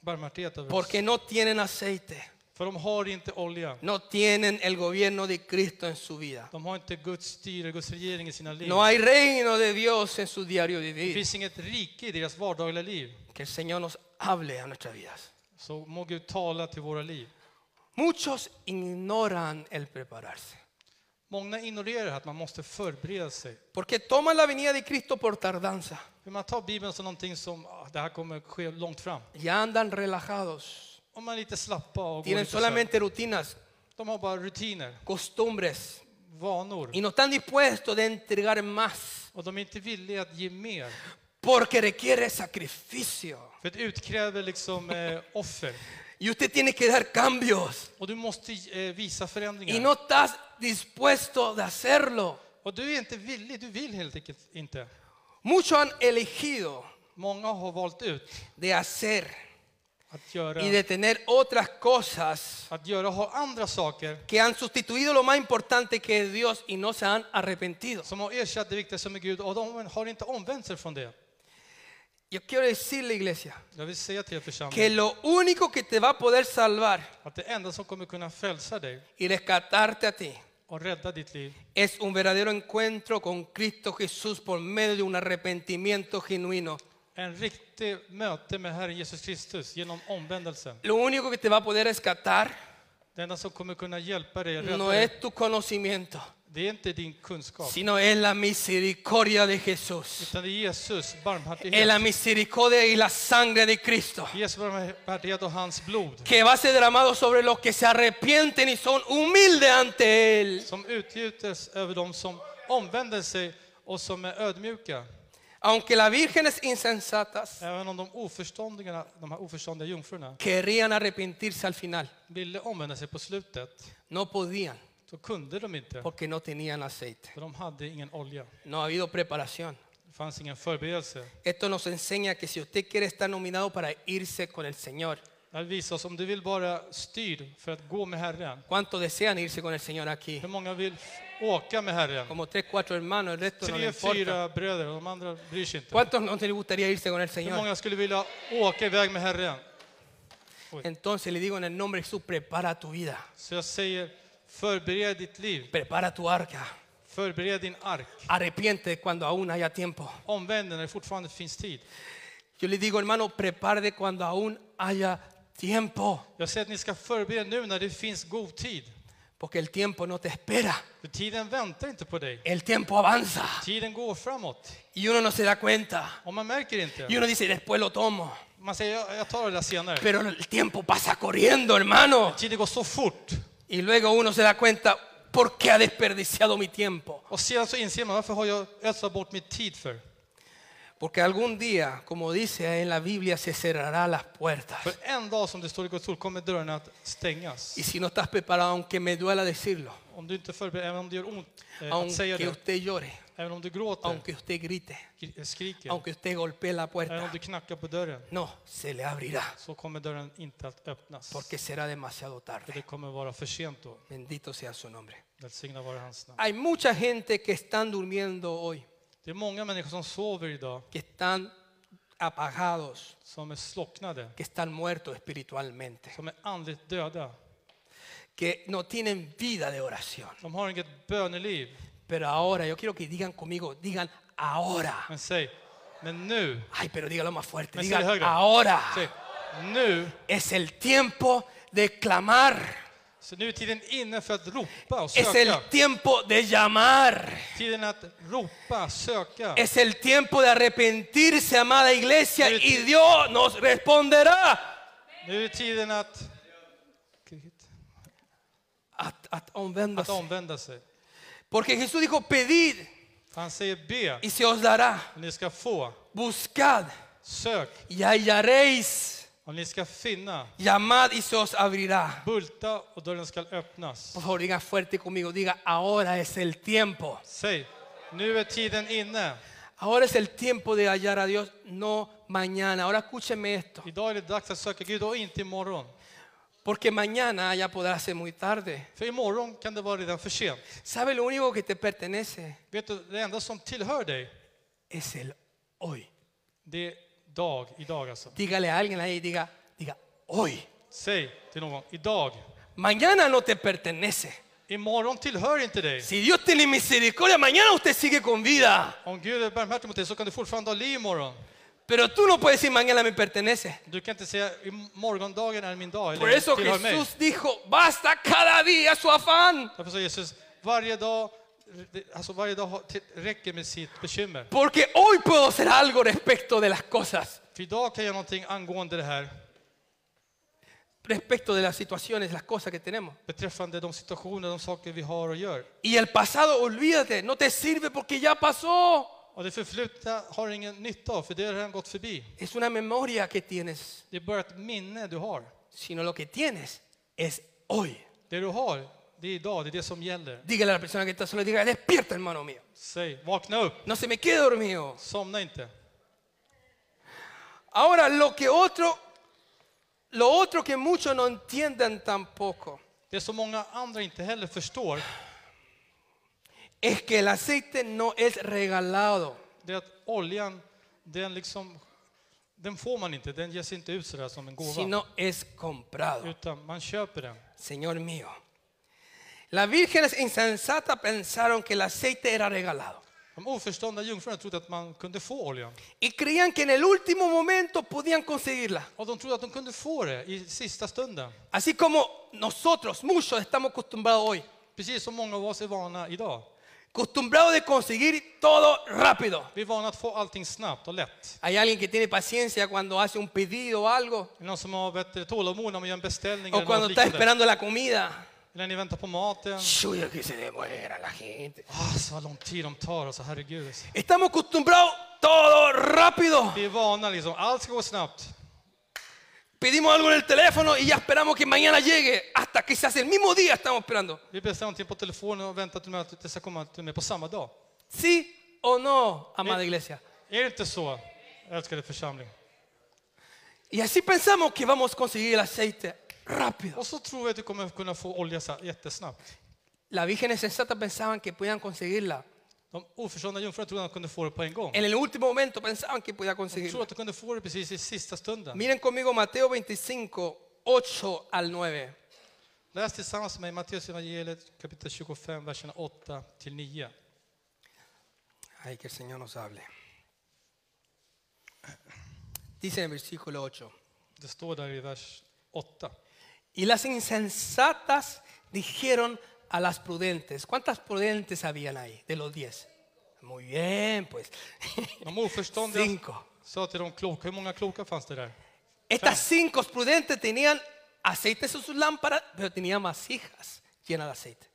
Speaker 2: barmhärtighet över oss.
Speaker 1: porque no tienen aceite,
Speaker 2: För de har inte olja.
Speaker 1: no tienen el gobierno de Cristo en su vida.
Speaker 2: De har inte Guds styre, Guds regering i sina liv.
Speaker 1: No hay reino de Dios en su diario
Speaker 2: Det
Speaker 1: vivir.
Speaker 2: finns inget rike i deras vardagliga liv.
Speaker 1: Que el Señor nos hable a nuestras vidas.
Speaker 2: Så må Gud tala till våra liv.
Speaker 1: Muchos ignoran el prepararse.
Speaker 2: Många ignorerar att man måste förbereda sig.
Speaker 1: Porque toman la venida de Cristo por tardanza.
Speaker 2: För man tar Bibeln som någonting som ah, det här kommer ske långt fram.
Speaker 1: Ya andan relajados.
Speaker 2: Om man är lite slappa och går
Speaker 1: Tienen
Speaker 2: lite så här.
Speaker 1: solamente rutinas,
Speaker 2: De har bara rutiner,
Speaker 1: costumbres.
Speaker 2: vanor.
Speaker 1: Y no están dispuestos de entregar más.
Speaker 2: Och de är inte villiga att ge mer.
Speaker 1: Porque requiere sacrificio.
Speaker 2: För det utkräver liksom eh, offer.
Speaker 1: Y usted tiene que dar cambios.
Speaker 2: Och du måste eh, visa
Speaker 1: Y
Speaker 2: förändringar.
Speaker 1: no estás dispuesto de hacerlo.
Speaker 2: Och du är inte villig, du vill helt enkelt inte.
Speaker 1: Muchos han elegido
Speaker 2: Många har valt ut
Speaker 1: de hacer
Speaker 2: att göra,
Speaker 1: y de tener otras cosas
Speaker 2: att göra ha andra saker
Speaker 1: que han sustituido lo más importante que es Dios y no se han arrepentido.
Speaker 2: som har ersatt det viktiga som är Gud och de har inte omvänt sig från det.
Speaker 1: Yo quiero decirle, iglesia,
Speaker 2: Jag vill säga till er
Speaker 1: que
Speaker 2: församling
Speaker 1: lo único que te va a poder salvar
Speaker 2: att det enda som kommer kunna frälsa dig
Speaker 1: y rescatarte a ti
Speaker 2: och rädda ditt liv
Speaker 1: es un verdadero encuentro con Cristo Jesús por medio de un arrepentimiento genuino.
Speaker 2: en riktig möte med Herren Jesus Kristus genom omvändelsen.
Speaker 1: Lo único que te va a poder rescatar
Speaker 2: Det enda som kommer kunna hjälpa dig, rädda
Speaker 1: no
Speaker 2: dig,
Speaker 1: es tu conocimiento,
Speaker 2: det är inte din kunskap.
Speaker 1: sino es la misericordia de Jesús.
Speaker 2: Utan det är Jesus
Speaker 1: es la
Speaker 2: barmhärtighet.
Speaker 1: misericordia y la sangre de Cristo
Speaker 2: Jesu barmhärtighet och hans blod
Speaker 1: que va a ser derramado sobre los que se arrepienten y son humildes ante Él.
Speaker 2: som utgjutes över dem som omvänder sig och som är ödmjuka.
Speaker 1: Aunque las vírgenes insensatas
Speaker 2: Även om de, oförståndiga, de här oförståndiga jungfrurna
Speaker 1: querían arrepentirse al final,
Speaker 2: ville omvända sig på slutet
Speaker 1: no podían
Speaker 2: så kunde de inte
Speaker 1: porque no tenían aceite.
Speaker 2: för de hade ingen olja.
Speaker 1: No ha habido preparación.
Speaker 2: Det fanns ingen förberedelse.
Speaker 1: Esto nos enseña que si usted quiere estar nominado para irse con el Señor,
Speaker 2: Det här visar oss om du vill vara styrd för att gå med Herren.
Speaker 1: ¿cuántos desean irse con el Señor aquí?
Speaker 2: Hur många vill f- åka med Herren?
Speaker 1: Como tres, cuatro hermanos, el resto no le
Speaker 2: Tre,
Speaker 1: importa.
Speaker 2: fyra bröder och de andra bryr sig inte.
Speaker 1: ¿Cuántos no te gustaría irse con el
Speaker 2: Hur
Speaker 1: Señor?
Speaker 2: många skulle vilja åka iväg med Herren?
Speaker 1: Entonces le digo en el nombre de Jesús, prepara tu vida.
Speaker 2: Så jag säger, förbered ditt liv.
Speaker 1: Prepara tu arca.
Speaker 2: Förbered din ark.
Speaker 1: Arrepiente cuando aún haya tiempo.
Speaker 2: Omvänd dig när det fortfarande finns tid.
Speaker 1: Yo le digo, hermano, prepárate cuando aún haya tiempo.
Speaker 2: Jag säger att ni ska förbereda nu när det finns god tid.
Speaker 1: Porque el tiempo no te espera.
Speaker 2: För tiden väntar inte på dig.
Speaker 1: El tiempo avanza.
Speaker 2: Tiden går framåt.
Speaker 1: Y uno no se da cuenta.
Speaker 2: Och man märker
Speaker 1: Y
Speaker 2: inte.
Speaker 1: uno dice, después lo tomo.
Speaker 2: Man säger, jag, jag tar det där senare.
Speaker 1: Pero el tiempo pasa corriendo, hermano.
Speaker 2: Tiden går så fort.
Speaker 1: Y luego uno se da cuenta, ¿por qué ha desperdiciado mi tiempo?
Speaker 2: Och sedan så inser man, varför har jag ödslat bort min tid för?
Speaker 1: Porque algún día, como dice en la Biblia, se cerrará las puertas.
Speaker 2: För en dag som det står i Guds ord kommer dörrarna att stängas.
Speaker 1: Y si no estás preparado, aunque me duela decirlo,
Speaker 2: Om du inte förbereder, även om det gör ont eh, att säga
Speaker 1: aunque
Speaker 2: det,
Speaker 1: usted llore,
Speaker 2: även om du gråter,
Speaker 1: aunque usted grite,
Speaker 2: gri- eh, skriker,
Speaker 1: aunque usted golpee la
Speaker 2: även om
Speaker 1: puerta,
Speaker 2: du knackar på dörren,
Speaker 1: no, se le abrirá,
Speaker 2: så kommer dörren inte att öppnas.
Speaker 1: porque será demasiado
Speaker 2: För det
Speaker 1: tarde.
Speaker 2: kommer vara för sent då.
Speaker 1: Bendito sea su nombre.
Speaker 2: Välsignad vare hans namn.
Speaker 1: Hay mucha gente que están durmiendo hoy,
Speaker 2: Det är många människor som sover idag,
Speaker 1: que están apagados,
Speaker 2: som är slocknade,
Speaker 1: que están muertos espiritualmente,
Speaker 2: som är andligt döda.
Speaker 1: que no tienen vida de oración.
Speaker 2: De har inget böneliv.
Speaker 1: Pero ahora, yo quiero que digan conmigo, digan ahora.
Speaker 2: Men säg, men nu,
Speaker 1: Ay, pero dígalo más fuerte,
Speaker 2: Me
Speaker 1: digan
Speaker 2: sale högre.
Speaker 1: ahora.
Speaker 2: säg, nu,
Speaker 1: Es el tiempo de clamar,
Speaker 2: så nu är tiden inne för att ropa och
Speaker 1: es
Speaker 2: söka.
Speaker 1: el tiempo de llamar.
Speaker 2: Tiden att ropa, söka.
Speaker 1: Es el tiempo de arrepentirse, amada iglesia,
Speaker 2: Sí.
Speaker 1: y Dios nos responderá.
Speaker 2: Nu är tiden att,
Speaker 1: Att, att omvända
Speaker 2: att
Speaker 1: sig.
Speaker 2: omvända sig.
Speaker 1: Porque Jesús dijo, pedid
Speaker 2: Han säger be,
Speaker 1: y se os dará.
Speaker 2: och ni ska få.
Speaker 1: Buscad
Speaker 2: Sök,
Speaker 1: y hallaréis.
Speaker 2: och ni ska finna.
Speaker 1: Llamad y se os abrirá.
Speaker 2: Bulta, och dörren ska öppnas.
Speaker 1: Por favor, diga fuerte conmigo, diga, ahora es el tiempo.
Speaker 2: Säg, nu är tiden inne.
Speaker 1: Ahora es el tiempo de hallar a Dios, no mañana. Ahora escúcheme esto,
Speaker 2: Idag är det dags att söka Gud och inte imorgon.
Speaker 1: porque mañana ya podrá ser muy tarde.
Speaker 2: För imorgon kan det vara redan för sent.
Speaker 1: ¿Sabe lo único que te pertenece?
Speaker 2: Vet du, det enda som tillhör dig,
Speaker 1: Es el hoy.
Speaker 2: det är dag, idag alltså.
Speaker 1: Dígale a alguien ahí, diga, diga, hoy.
Speaker 2: Säg till någon, idag.
Speaker 1: Mañana no te pertenece.
Speaker 2: Imorgon tillhör inte dig.
Speaker 1: Si Dios tiene misericordia, mañana usted sigue con vida.
Speaker 2: Om Gud är barmhärtig mot dig så kan du fortfarande ha liv imorgon.
Speaker 1: Pero tú no puedes decir mañana me pertenece.
Speaker 2: Du kan inte säga "I- morgondagen är min dag
Speaker 1: Por
Speaker 2: eller
Speaker 1: eso
Speaker 2: tillhör mig.
Speaker 1: Jesús dijo, basta cada día su afán.
Speaker 2: Därför sa Jesus, varje dag, alltså varje dag har- till- räcker med sitt bekymmer.
Speaker 1: Porque hoy puedo hacer algo respecto de las cosas,
Speaker 2: För idag kan jag göra någonting angående det här,
Speaker 1: respecto de las situaciones, las cosas que tenemos.
Speaker 2: beträffande de situationer, de saker vi har och gör.
Speaker 1: Y el pasado, olvídate, no te sirve porque ya pasó.
Speaker 2: Och det förflutna har ingen nytta av, för det har redan gått förbi.
Speaker 1: Es una memoria que tienes,
Speaker 2: Det är bara ett minne du har.
Speaker 1: sino lo que tienes es hoy.
Speaker 2: Det du har, det är idag, det är det som gäller.
Speaker 1: Dígale a la persona que está sola, diga, despierta hermano mío.
Speaker 2: Säg, vakna upp,
Speaker 1: No se me quede dormido.
Speaker 2: somna inte.
Speaker 1: Ahora, lo que otro, lo otro que muchos no entienden tampoco,
Speaker 2: Det som många andra inte heller förstår,
Speaker 1: es que el aceite no es regalado.
Speaker 2: det är att oljan, den liksom, den får man inte, den ges inte ut sådär som en gåva.
Speaker 1: sino es comprado.
Speaker 2: Utan man köper den.
Speaker 1: Señor mío. Las vírgenes insensatas pensaron que el aceite era regalado
Speaker 2: De oförstånda jungfrurna trodde att man kunde få oljan.
Speaker 1: y creían que en el último momento podían conseguirla.
Speaker 2: Och de trodde att de kunde få det i sista stunden.
Speaker 1: Así como nosotros, muchos, estamos acostumbrados hoy,
Speaker 2: Precis som många av oss är vana idag.
Speaker 1: acostumbrados de conseguir todo rápido.
Speaker 2: Vi är vana att få allting snabbt och lätt.
Speaker 1: Hay alguien que tiene paciencia cuando hace un pedido o algo,
Speaker 2: Är det Någon som har bättre tålamod när man gör en beställning
Speaker 1: o
Speaker 2: eller
Speaker 1: cuando
Speaker 2: något
Speaker 1: está
Speaker 2: liknande.
Speaker 1: esperando la comida.
Speaker 2: Eller när ni väntar på maten.
Speaker 1: Chuyo, que se demora la gente.
Speaker 2: Ah, så vad lång tid de tar alltså, herregud.
Speaker 1: Estamos acostumbrados todo rápido.
Speaker 2: Vi är vana liksom, allt ska gå snabbt.
Speaker 1: Pedimos algo en el teléfono y ya esperamos que mañana llegue. Hasta quizás el mismo día estamos esperando.
Speaker 2: Vi beställer någonting på telefonen och väntar till och med att det ska komma till och med på samma dag.
Speaker 1: ¿Sí o no, amada iglesia?
Speaker 2: Är det inte så, älskade församling?
Speaker 1: Y así pensamos que vamos a conseguir el aceite rápido.
Speaker 2: Och så tror vi att du kommer kunna få olja så här jättesnabbt.
Speaker 1: Las vírgenes sensatas pensaban que podían conseguirla.
Speaker 2: De oförstånda jungfrurna trodde att de kunde få det på en gång.
Speaker 1: En el último momento pensaban que podía
Speaker 2: De trodde
Speaker 1: conseguirla.
Speaker 2: att de kunde få det precis i sista stunden.
Speaker 1: Miren conmigo Mateo 25, 8 al 9.
Speaker 2: Läs tillsammans med mig Matteus evangeliet kapitel 25, verserna 8 till 9.
Speaker 1: Ay, que el Señor nos hable. Dice en el versículo 8.
Speaker 2: Det står där i vers 8.
Speaker 1: Y las insensatas dijeron a las prudentes. ¿Cuántas prudentes habían ahí de los diez? Muy bien, pues.
Speaker 2: De oförståndiga
Speaker 1: Cinco.
Speaker 2: sa till de kloka, hur många kloka fanns det där?
Speaker 1: Estas cinco prudentes tenían aceites en sus lámparas, pero tenían vasijas llenas de aceite.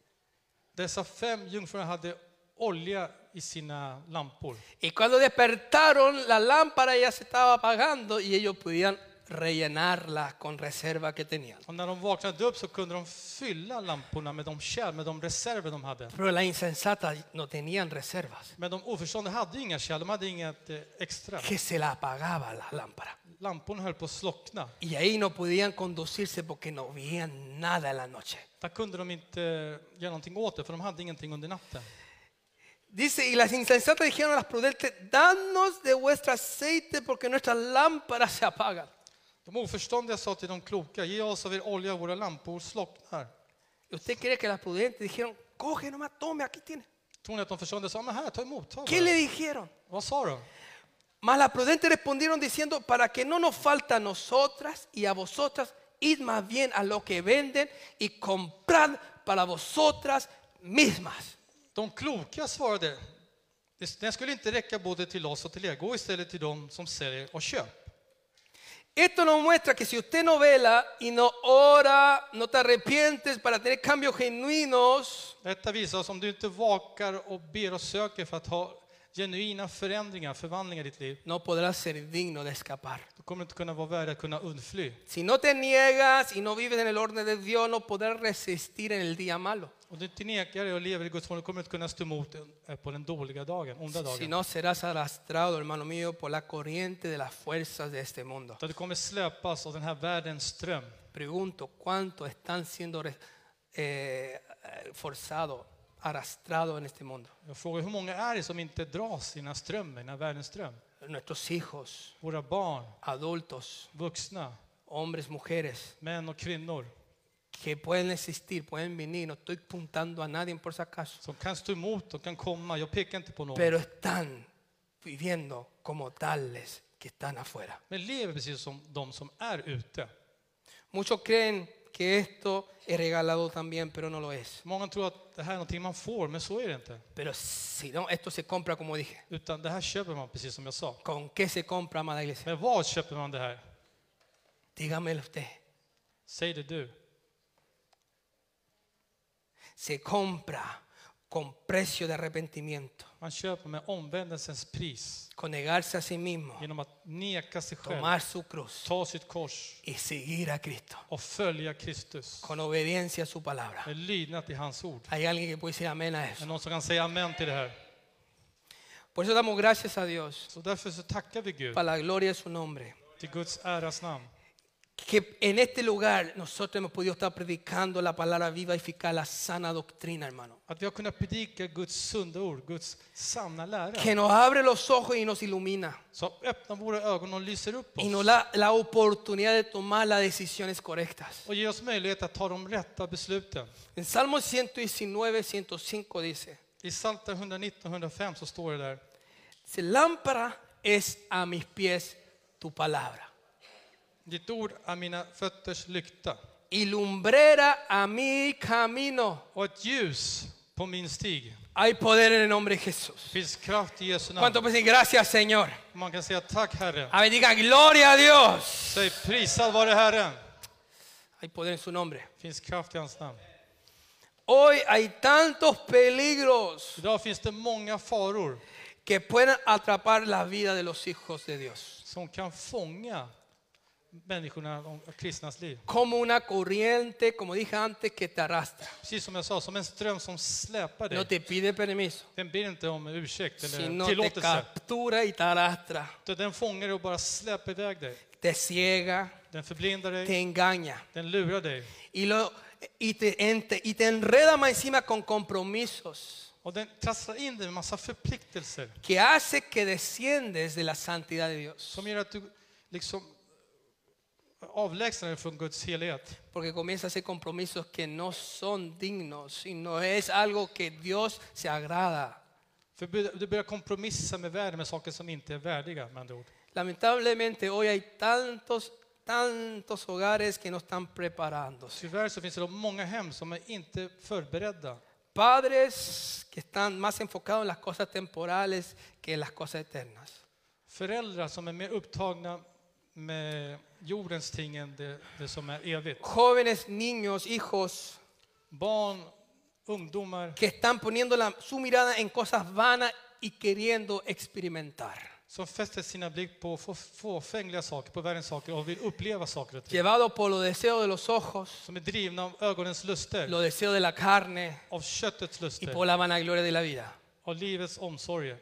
Speaker 2: Dessa fem jungfrur hade olja i sina lampor.
Speaker 1: Y cuando despertaron, la lámpara ya se estaba apagando y ellos podían rellenarla con reserva que tenían.
Speaker 2: Och när de vaknade upp så kunde de fylla lamporna med de kärl, med de reserver de hade.
Speaker 1: Pero las insensatas no tenían reservas,
Speaker 2: Men de oförståndiga hade ju inga kärl, de hade inget eh, extra.
Speaker 1: que se la apagaba la lámpara.
Speaker 2: Lamporna höll på att slockna.
Speaker 1: Y ahí no podían conducirse porque no veían nada en la noche.
Speaker 2: Där kunde de inte eh, göra någonting åt det, för de hade ingenting under natten.
Speaker 1: Dice, y las insensatas dijeron a las prudentes, danos de vuestro aceite porque nuestras lámparas se apagan.
Speaker 2: De oförståndiga sa till de kloka, ge oss av er olja, våra lampor slocknar.
Speaker 1: ¿Y usted cree que las prudentes dijeron, coge nomás, tome, aquí tiene?
Speaker 2: Tror ni att de förståndiga sa, men här, ta emot, ta
Speaker 1: ¿Qué le
Speaker 2: bara.
Speaker 1: dijeron?
Speaker 2: Vad sa de?
Speaker 1: Mas las prudentes respondieron diciendo, para que no nos falta a nosotras y a vosotras, id más bien a lo que venden y comprad para vosotras mismas.
Speaker 2: De kloka svarade, "Det- den skulle inte räcka både till oss och till er, gå istället till dem som säljer och köp.
Speaker 1: Esto nos muestra que si usted no vela y no ora, no te arrepientes para tener cambios genuinos,
Speaker 2: Detta visar oss, om du inte vakar och ber och söker för att ha genuina förändringar, förvandlingar i ditt liv,
Speaker 1: no podrás ser digno de escapar.
Speaker 2: då kommer du inte kunna vara värd att kunna undfly.
Speaker 1: Si no te niegas y no vives en el orden de Dios, no podrás resistir en el día malo.
Speaker 2: Om du inte nekar dig och lever i Guds ordning kommer du inte kunna stå emot eh, på den dåliga dagen, onda
Speaker 1: Si
Speaker 2: dagen.
Speaker 1: no, serás arrastrado, hermano mío, por la corriente de las fuerzas de este mundo.
Speaker 2: Utan du kommer släpas av den här världens ström.
Speaker 1: Pregunto, ¿cuántos están siendo re- eh, forzados, arrastrados en este mundo?
Speaker 2: Jag frågar hur många är det som inte dras i den här strömmen, den här världens ström?
Speaker 1: Nuestros hijos,
Speaker 2: Våra barn,
Speaker 1: adultos,
Speaker 2: vuxna,
Speaker 1: hombres, mujeres,
Speaker 2: män och kvinnor
Speaker 1: que pueden existir, pueden venir. No estoy puntando a nadie por si acaso,
Speaker 2: som kan stå emot och kan komma. Jag pekar inte på någon.
Speaker 1: pero están viviendo como tales que están afuera.
Speaker 2: Men lever precis som de som är ute.
Speaker 1: Muchos creen que esto es regalado también, pero no lo es.
Speaker 2: Många tror att det här är någonting man får, men så är det inte.
Speaker 1: Pero si no, esto se compra como dije.
Speaker 2: Utan det här köper man, precis som jag sa.
Speaker 1: ¿Con qué se compra, amada iglesia?
Speaker 2: Men vad köper man det här?
Speaker 1: Dígamelo usted.
Speaker 2: Säg det du.
Speaker 1: Se compra con precio de arrepentimiento,
Speaker 2: Man köper med omvändelsens pris.
Speaker 1: con negarse a sí mismo,
Speaker 2: Genom att neka sig själv,
Speaker 1: tomar su cruz
Speaker 2: ta sitt kors
Speaker 1: y seguir a Cristo,
Speaker 2: och följa Kristus.
Speaker 1: con obediencia a su palabra.
Speaker 2: Med lydnad till hans ord.
Speaker 1: Hay alguien que puede decir amén a
Speaker 2: Är
Speaker 1: eso.
Speaker 2: det någon som kan säga amen till det här?
Speaker 1: Por eso damos gracias a Dios,
Speaker 2: Så därför så tackar vi Gud,
Speaker 1: para la gloria de su nombre.
Speaker 2: till Guds äras namn.
Speaker 1: que en este lugar nosotros hemos podido estar predicando la palabra viva y eficaz, la sana doctrina, hermano.
Speaker 2: Att vi har kunnat predika Guds sunda ord, Guds sanna lära.
Speaker 1: Que nos abre los ojos y nos ilumina.
Speaker 2: Så öppna våra ögon och lyser upp
Speaker 1: Y nos
Speaker 2: oss.
Speaker 1: da la oportunidad de tomar las decisiones correctas.
Speaker 2: Och ge oss möjlighet att ta de rätta besluten.
Speaker 1: En Salmo 119, 105 dice,
Speaker 2: I Psaltaren 119 105 så står det där.
Speaker 1: "Si lámpara es a mis pies tu palabra
Speaker 2: Ditt ord är mina fötters lykta
Speaker 1: y lumbrera a mi camino.
Speaker 2: och ett ljus på min stig.
Speaker 1: Hay poder en el nombre de Jesús.
Speaker 2: Finns kraft i Jesu namn.
Speaker 1: ¿Cuánto pueden decir gracias, Señor?
Speaker 2: Man kan säga tack Herre.
Speaker 1: A ver, digan gloria a Dios.
Speaker 2: Säg prisad vare Herren.
Speaker 1: Hay poder en su nombre.
Speaker 2: Finns kraft i hans namn.
Speaker 1: Hoy hay tantos peligros
Speaker 2: Idag finns det många faror
Speaker 1: que pueden atrapar la vida de los hijos de Dios,
Speaker 2: som kan fånga människorna, de kristnas liv.
Speaker 1: como una corriente, como dije antes, que te arrastra.
Speaker 2: Precis som jag sa, som en ström som släpar
Speaker 1: No
Speaker 2: dig.
Speaker 1: te pide permiso,
Speaker 2: Den ber inte om ursäkt eller
Speaker 1: sino te
Speaker 2: tillåtelse.
Speaker 1: captura y te arrastra,
Speaker 2: Utan Den fångar dig och bara släpper iväg dig.
Speaker 1: te ciega,
Speaker 2: Den förblindar
Speaker 1: te
Speaker 2: dig,
Speaker 1: engaña
Speaker 2: den lurar dig.
Speaker 1: y, lo, y, te, ente- y te enreda más encima con compromisos
Speaker 2: Och den trasslar in dig med massa förpliktelser
Speaker 1: que hace que desciendes de la santidad de Dios,
Speaker 2: som gör att du liksom avlägsnar dig från Guds helighet.
Speaker 1: porque comienza a hacer compromisos que no son dignos y no es algo que Dios se agrada.
Speaker 2: För du börjar kompromissa med världen, med saker som inte är värdiga med andra ord.
Speaker 1: Lamentablemente hoy hay tantos, tantos hogares que no están preparándose.
Speaker 2: Tyvärr så finns det då många hem som är inte förberedda.
Speaker 1: Padres que están más enfocados en las cosas temporales que en las cosas eternas.
Speaker 2: Föräldrar som är mer upptagna med jordens ting än det, det som är evigt.
Speaker 1: Jóvenes, niños, hijos
Speaker 2: Barn, ungdomar
Speaker 1: que están poniendo la- su mirada en cosas vanas y queriendo experimentar.
Speaker 2: som fäster sina blick på få- fåfängliga saker, på världens saker och vill uppleva saker och ting.
Speaker 1: Llevados por los deseos de los ojos,
Speaker 2: Som är drivna av ögonens luster,
Speaker 1: los deseos de la carne
Speaker 2: av
Speaker 1: y
Speaker 2: köttets
Speaker 1: por
Speaker 2: luster,
Speaker 1: la vanagloria de la vida.
Speaker 2: av livets omsorger.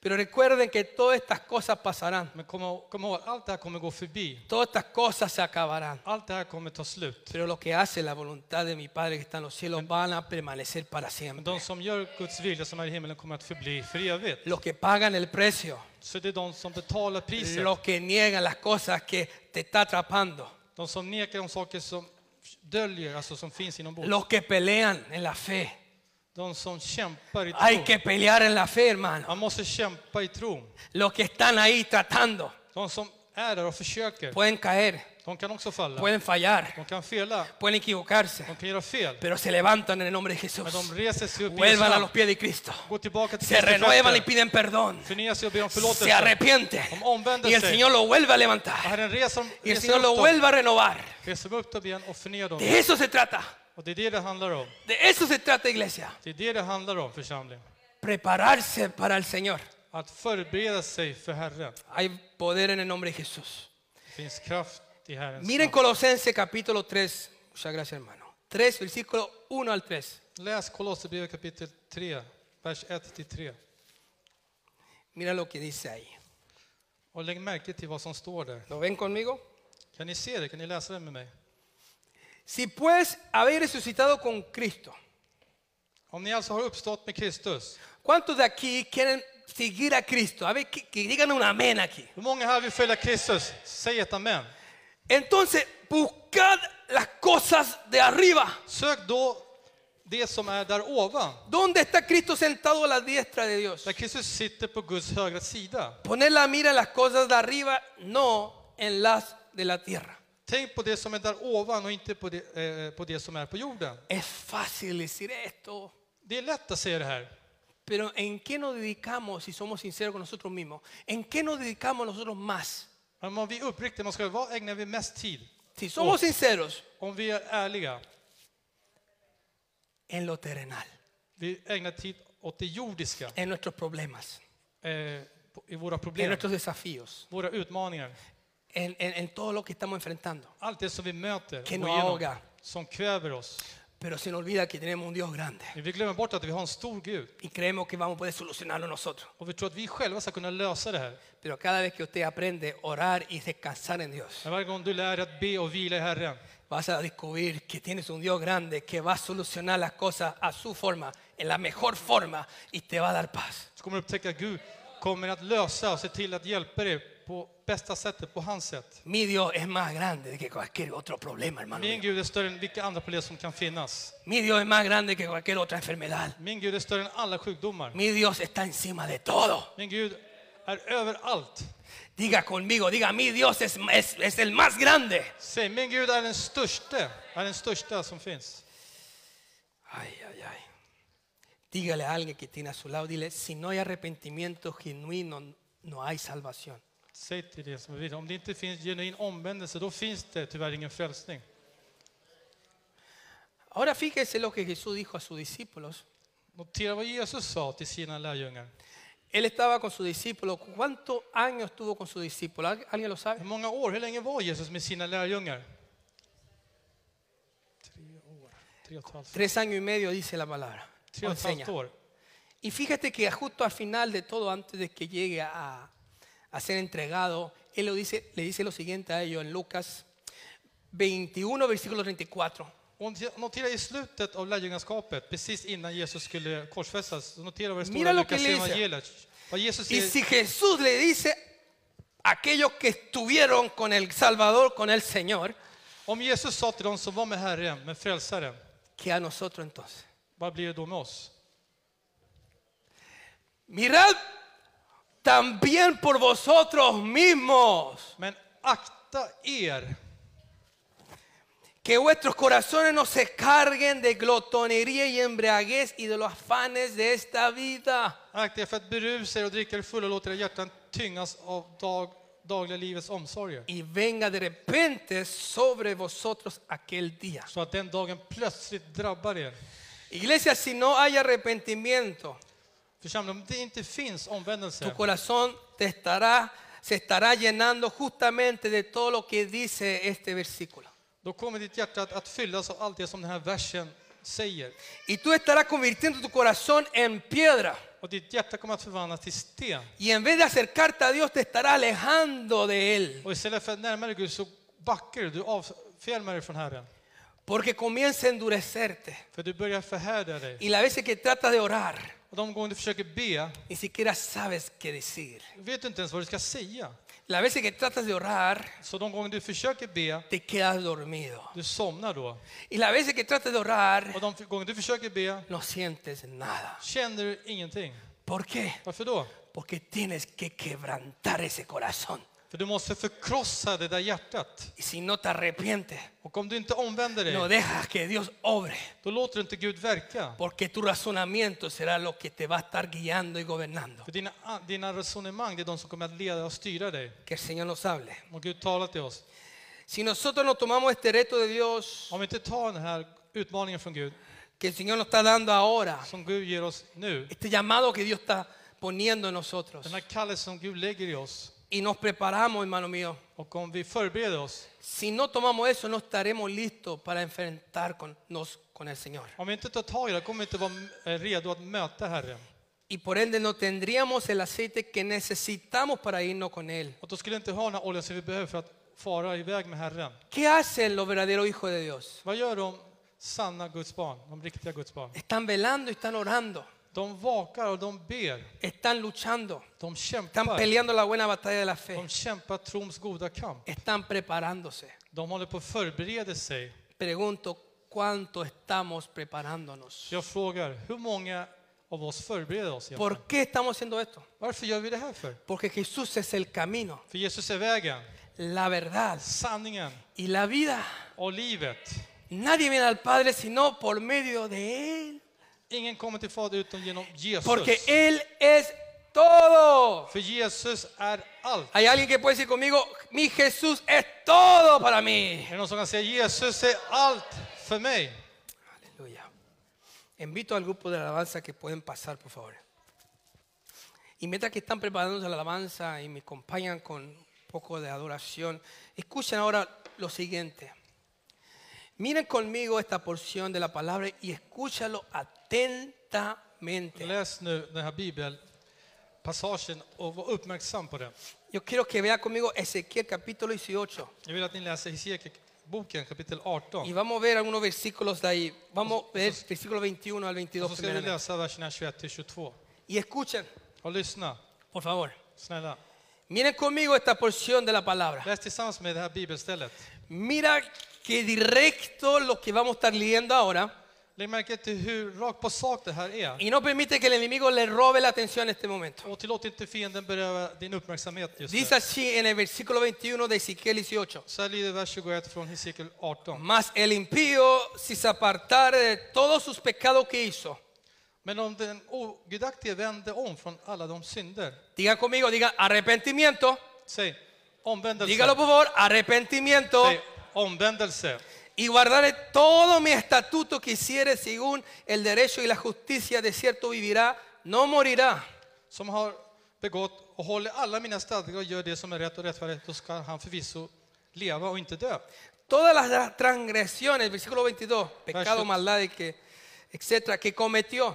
Speaker 1: Pero recuerden que todas estas cosas pasarán,
Speaker 2: Men kom, ihåg- kom ihåg, allt det här kommer gå förbi.
Speaker 1: todas estas cosas se acabarán.
Speaker 2: Allt det här kommer ta slut.
Speaker 1: Pero lo que hace la voluntad de mi Padre que está en los cielos van a permanecer para
Speaker 2: Men
Speaker 1: siempre.
Speaker 2: de som gör Guds vilja som är i himlen kommer att förbli för evigt.
Speaker 1: Los que pagan el precio,
Speaker 2: Så det är de som betalar priset.
Speaker 1: los que niegan las cosas que te está atrapando,
Speaker 2: De som nekar om saker som döljer, alltså som finns inombords.
Speaker 1: los que pelean en la fe.
Speaker 2: De som kämpar i
Speaker 1: Hay
Speaker 2: tro.
Speaker 1: que pelear en la fe, hermano.
Speaker 2: Man måste kämpa i tron.
Speaker 1: Los que están ahí tratando
Speaker 2: De som är där och försöker,
Speaker 1: pueden caer,
Speaker 2: de kan också falla.
Speaker 1: pueden fallar,
Speaker 2: De kan fela,
Speaker 1: pueden equivocarse,
Speaker 2: de kan göra fel.
Speaker 1: pero se levantan en el nombre de
Speaker 2: Men
Speaker 1: Jesús.
Speaker 2: de reser sig upp i Jesu
Speaker 1: Vuelvan a los
Speaker 2: namn,
Speaker 1: pies de Cristo.
Speaker 2: går tillbaka till
Speaker 1: Se renuevan y
Speaker 2: fötter,
Speaker 1: piden perdón.
Speaker 2: förnyar sig och ber om
Speaker 1: Se
Speaker 2: förlåtelse.
Speaker 1: arrepienten. Y el Señor lo vuelve a
Speaker 2: Och
Speaker 1: levantar.
Speaker 2: Herren reser, dem-
Speaker 1: Y el
Speaker 2: reser
Speaker 1: Señor
Speaker 2: upp
Speaker 1: lo
Speaker 2: dem,
Speaker 1: vuelve a renovar.
Speaker 2: reser upp dem igen och förnyar dem.
Speaker 1: De eso se trata.
Speaker 2: Och det är det det handlar om.
Speaker 1: De eso se trata, iglesia.
Speaker 2: Det är det det handlar om, församling.
Speaker 1: Prepararse para el Señor.
Speaker 2: Att förbereda sig för Herren.
Speaker 1: Hay poder en el nombre de Jesús.
Speaker 2: Det finns kraft i Herrens
Speaker 1: Miren Colosenses capítulo 3. Muchas gracias, hermano. 3, versículo 1 al 3.
Speaker 2: Läs Kolosserbrevet kapitel 3, vers 1-3.
Speaker 1: Mira lo que dice ahí.
Speaker 2: Och lägg märke till vad som står där.
Speaker 1: ¿Lo ven conmigo?
Speaker 2: Kan ni se det? Kan ni läsa det med mig?
Speaker 1: Si pues habéis resucitado con Cristo,
Speaker 2: Om ni alltså har uppstått med Kristus,
Speaker 1: ¿cuántos de aquí quieren seguir a Cristo? A ver, que, que digan un amén aquí.
Speaker 2: hur många här vill följa Kristus? Säg ett amen.
Speaker 1: Entonces, buscad las cosas de arriba,
Speaker 2: Sök då det som är där ovan.
Speaker 1: ¿Dónde está Cristo sentado a la diestra de Dios?
Speaker 2: Där Kristus sitter på Guds högra sida.
Speaker 1: Poner la mira en las cosas de arriba, no en las de la tierra.
Speaker 2: Tänk på det som är där ovan och inte på det, eh, på det som är på jorden.
Speaker 1: Es fácil decir esto,
Speaker 2: Det är lätt att säga det här.
Speaker 1: pero ¿en qué nos dedicamos, si somos sinceros con nosotros mismos? ¿En qué nos dedicamos nosotros más?
Speaker 2: Men om vi är uppriktiga, man ska, vad ägnar vi mest tid?
Speaker 1: Si somos sinceros,
Speaker 2: Om vi är ärliga,
Speaker 1: en lo terrenal,
Speaker 2: vi ägnar tid åt det jordiska,
Speaker 1: en nuestros problemas,
Speaker 2: eh, på- i våra
Speaker 1: en
Speaker 2: problem,
Speaker 1: nuestros desafíos,
Speaker 2: våra utmaningar.
Speaker 1: en, en- en todo lo que estamos enfrentando.
Speaker 2: Allt det som vi möter och
Speaker 1: Kan du
Speaker 2: igenom,
Speaker 1: aga?
Speaker 2: som kväver oss.
Speaker 1: Pero se nos olvida que tenemos un Dios grande
Speaker 2: Men Vi glömmer bort att vi har en stor Gud
Speaker 1: y creemos que vamos a poder solucionarlo nosotros.
Speaker 2: och vi tror att vi själva ska kunna lösa det här.
Speaker 1: Pero cada vez que usted aprende a orar y descansar en Dios,
Speaker 2: Men varje gång du lär dig att be och vila i Herren
Speaker 1: vas a descubrir que tienes un Dios grande que va a solucionar las cosas a su forma, en la mejor forma, y te va a dar paz.
Speaker 2: så kommer du upptäcka att Gud kommer att lösa och se till att hjälpa dig på bästa sättet, på hans sätt.
Speaker 1: Mi Dios es más grande que cualquier otro problema, hermano.
Speaker 2: Min
Speaker 1: mío.
Speaker 2: Gud är större än vilka andra problem som kan finnas.
Speaker 1: Mi Dios es más grande que cualquier otra enfermedad.
Speaker 2: Min Gud är större än alla sjukdomar.
Speaker 1: Mi Dios está encima de todo.
Speaker 2: Min Gud är överallt.
Speaker 1: Diga conmigo, diga, mi Dios es, es- es el más grande.
Speaker 2: Säg, min Gud är den störste, är den största som finns.
Speaker 1: Ay, ay, ay. Dígale a alguien que tiene a su lado, dile, si no hay arrepentimiento genuino, no hay salvación.
Speaker 2: Säg till det som är vid. Om det inte finns genuin omvändelse, då finns det tyvärr ingen frälsning.
Speaker 1: Ahora fíjese lo que Jesús dijo a sus discípulos.
Speaker 2: Notera vad Jesus sa till sina lärjungar.
Speaker 1: Él estaba con sus discípulos. ¿Cuántos años estuvo con sus discípulos? ¿Al- ¿Alguien lo
Speaker 2: Hur
Speaker 1: sabe?
Speaker 2: många år, hur länge var Jesus med sina lärjungar? Tre år. Tre och ett halvt,
Speaker 1: Tres años y medio dice la palabra.
Speaker 2: tre och ett
Speaker 1: Enseña.
Speaker 2: halvt år.
Speaker 1: Y fíjate que justo al final de todo, antes de que llegue a, a ser entregado, Él lo dice, le dice lo siguiente a ellos en Lucas 21, versículo 34.
Speaker 2: Och notera i slutet av lärjungaskapet, precis innan Jesus skulle korsfästas, så notera vad det står
Speaker 1: Mira
Speaker 2: i
Speaker 1: lo
Speaker 2: Lukas
Speaker 1: que le dice.
Speaker 2: evangeliet. Vad Jesus
Speaker 1: Y
Speaker 2: säger,
Speaker 1: si Jesús le dice a aquellos que estuvieron con el Salvador, con el Señor,
Speaker 2: om Jesus sa till dem som var med Herren, med frälsaren,
Speaker 1: que a nosotros entonces.
Speaker 2: vad blir det då med oss?
Speaker 1: Mirad también por vosotros mismos.
Speaker 2: Men akta er
Speaker 1: Que vuestros corazones no se carguen de glotonería y embriaguez y de los afanes de esta vida.
Speaker 2: Akta er för att berusa er och dricka er fulla och låta era hjärtan tyngas av dag, dagliga livets omsorger.
Speaker 1: Y venga de repente sobre vosotros aquel día.
Speaker 2: Så att den dagen plötsligt drabbar er.
Speaker 1: Iglesia, si no hay arrepentimiento,
Speaker 2: Församling, om det inte finns
Speaker 1: tu
Speaker 2: omvändelse,
Speaker 1: corazón te estará, se estará llenando justamente de todo lo que dice este versículo.
Speaker 2: då kommer ditt hjärta att, att fyllas av allt det som den här versen säger.
Speaker 1: Y tú estarás convirtiendo tu corazón en piedra.
Speaker 2: Och ditt hjärta kommer att förvandlas till sten.
Speaker 1: Y en vez de acercarte a Dios, te estará alejando de Él.
Speaker 2: Och istället för att närma dig Gud så backar du, du avfjärmar dig från Herren.
Speaker 1: Porque comienza a endurecerte.
Speaker 2: För du börjar förhärda dig.
Speaker 1: Y las veces que tratas de orar,
Speaker 2: Och de gånger du försöker be,
Speaker 1: ni siquiera sabes qué decir.
Speaker 2: vet du inte ens vad du ska säga.
Speaker 1: Las veces que tratas de orar,
Speaker 2: Så de gånger du försöker be,
Speaker 1: te quedas dormido.
Speaker 2: du somnar då.
Speaker 1: Y las veces que tratas de orar,
Speaker 2: Och de gånger du försöker be,
Speaker 1: no sientes nada.
Speaker 2: känner du ingenting.
Speaker 1: ¿Por qué?
Speaker 2: Varför då?
Speaker 1: Porque tienes que quebrantar ese corazón.
Speaker 2: För du måste förkrossa det där hjärtat.
Speaker 1: Y si no te arrepientes,
Speaker 2: Och om du inte omvänder
Speaker 1: no
Speaker 2: dig,
Speaker 1: dejas que Dios obre.
Speaker 2: då låter du inte Gud verka.
Speaker 1: Porque tu razonamiento será lo que te va a estar guiando y gobernando.
Speaker 2: För dina, dina resonemang, det är de som kommer att leda och styra dig.
Speaker 1: Que el Señor nos hable.
Speaker 2: Och Gud talar till oss.
Speaker 1: Si nosotros no tomamos este reto de Dios
Speaker 2: Om vi inte tar den här utmaningen från Gud,
Speaker 1: que el Señor nos está dando ahora,
Speaker 2: som Gud ger oss nu,
Speaker 1: este llamado que Dios está poniendo en nosotros
Speaker 2: den här kallelsen som Gud lägger i oss,
Speaker 1: y nos preparamos, hermano mío.
Speaker 2: och om vi förbereder oss,
Speaker 1: Si no tomamos eso, no estaremos listos para enfrentarnos con el Señor.
Speaker 2: om vi inte tar tag i det kommer vi inte vara eh, redo att möta Herren.
Speaker 1: Y por ende no tendríamos el aceite que necesitamos para irnos con Él.
Speaker 2: Och då skulle vi inte ha den här oljan som vi behöver för att fara iväg med Herren.
Speaker 1: ¿Qué hacen los verdaderos hijos de Dios?
Speaker 2: Vad gör de sanna Guds barn, de riktiga Guds barn?
Speaker 1: Están velando, y están orando,
Speaker 2: De vakar och de ber.
Speaker 1: están luchando,
Speaker 2: De
Speaker 1: están
Speaker 2: kämpar.
Speaker 1: peleando la buena batalla de la fe,
Speaker 2: De kämpar trons goda kamp.
Speaker 1: están preparándose.
Speaker 2: De håller på att förbereda sig.
Speaker 1: Pregunto, cuánto estamos preparándonos.
Speaker 2: Jag frågar, hur många av oss förbereder oss egentligen?
Speaker 1: ¿Por qué estamos haciendo esto?
Speaker 2: Varför gör vi det här för?
Speaker 1: Porque Jesús es el camino,
Speaker 2: För Jesus är vägen,
Speaker 1: la verdad
Speaker 2: sanningen
Speaker 1: y la vida.
Speaker 2: och livet.
Speaker 1: Nadie viene al Padre sino por medio de Él.
Speaker 2: Ingen kommer till Fader utom genom
Speaker 1: Porque
Speaker 2: Jesus.
Speaker 1: Él es todo.
Speaker 2: För Jesus är allt.
Speaker 1: Hay alguien que puede decir conmigo, mi Jesús es todo para mí.
Speaker 2: Är det någon som kan säga Jesus är allt för mig?
Speaker 1: Aleluya. Invito al grupo de alabanza que pueden pasar, por favor. Y mientras que están preparándose la alabanza y me acompañan con un poco de adoración, escuchen ahora lo siguiente. Miren conmigo esta porción de la palabra y escúchalo atentamente.
Speaker 2: Läs nu den här bibelpassagen och var uppmärksam på den.
Speaker 1: Yo quiero que vean conmigo Ezequiel capítulo 18.
Speaker 2: Jag vill att ni läser Hesekiel-boken kapitel
Speaker 1: Y
Speaker 2: 18.
Speaker 1: vamos a ver algunos versículos de ahí. Vamos a ver versículo 21 al
Speaker 2: Och
Speaker 1: 22
Speaker 2: så ska vi
Speaker 1: primeramente.
Speaker 2: läsa verserna 21-22.
Speaker 1: Y escuchen,
Speaker 2: Och lyssna,
Speaker 1: por favor.
Speaker 2: snälla.
Speaker 1: Miren conmigo esta porción de la palabra.
Speaker 2: Läs tillsammans med det här bibelstället.
Speaker 1: Mira que directo lo que vamos a estar leyendo ahora.
Speaker 2: Lägg märke till hur rakt på sak det här är.
Speaker 1: Y no permite que el enemigo le robe la atención en este momento.
Speaker 2: Och tillåt inte fienden beröva din uppmärksamhet just nu.
Speaker 1: Dice así en el versículo 21 de Ezequiel 18.
Speaker 2: Så här lyder vers 21 från Hesekiel 18.
Speaker 1: Mas el impío, si se apartare de todos sus pecados que hizo,
Speaker 2: Men om den ogudaktige vände om från alla de synder.
Speaker 1: diga conmigo, diga arrepentimiento.
Speaker 2: Säg omvändelse.
Speaker 1: Dígalo por favor, arrepentimiento.
Speaker 2: Säg omvändelse.
Speaker 1: y guardaré todo mi estatuto que hiciere según el derecho y la justicia, de cierto vivirá, no morirá.
Speaker 2: Som har begått och håller alla mina stadgar och gör det som är rätt och rättfärdigt. Då ska han förvisso leva och inte dö.
Speaker 1: Todas las transgresiones, versículo 22, pecado,
Speaker 2: Verso-
Speaker 1: maldad y que, etcétera, que cometió,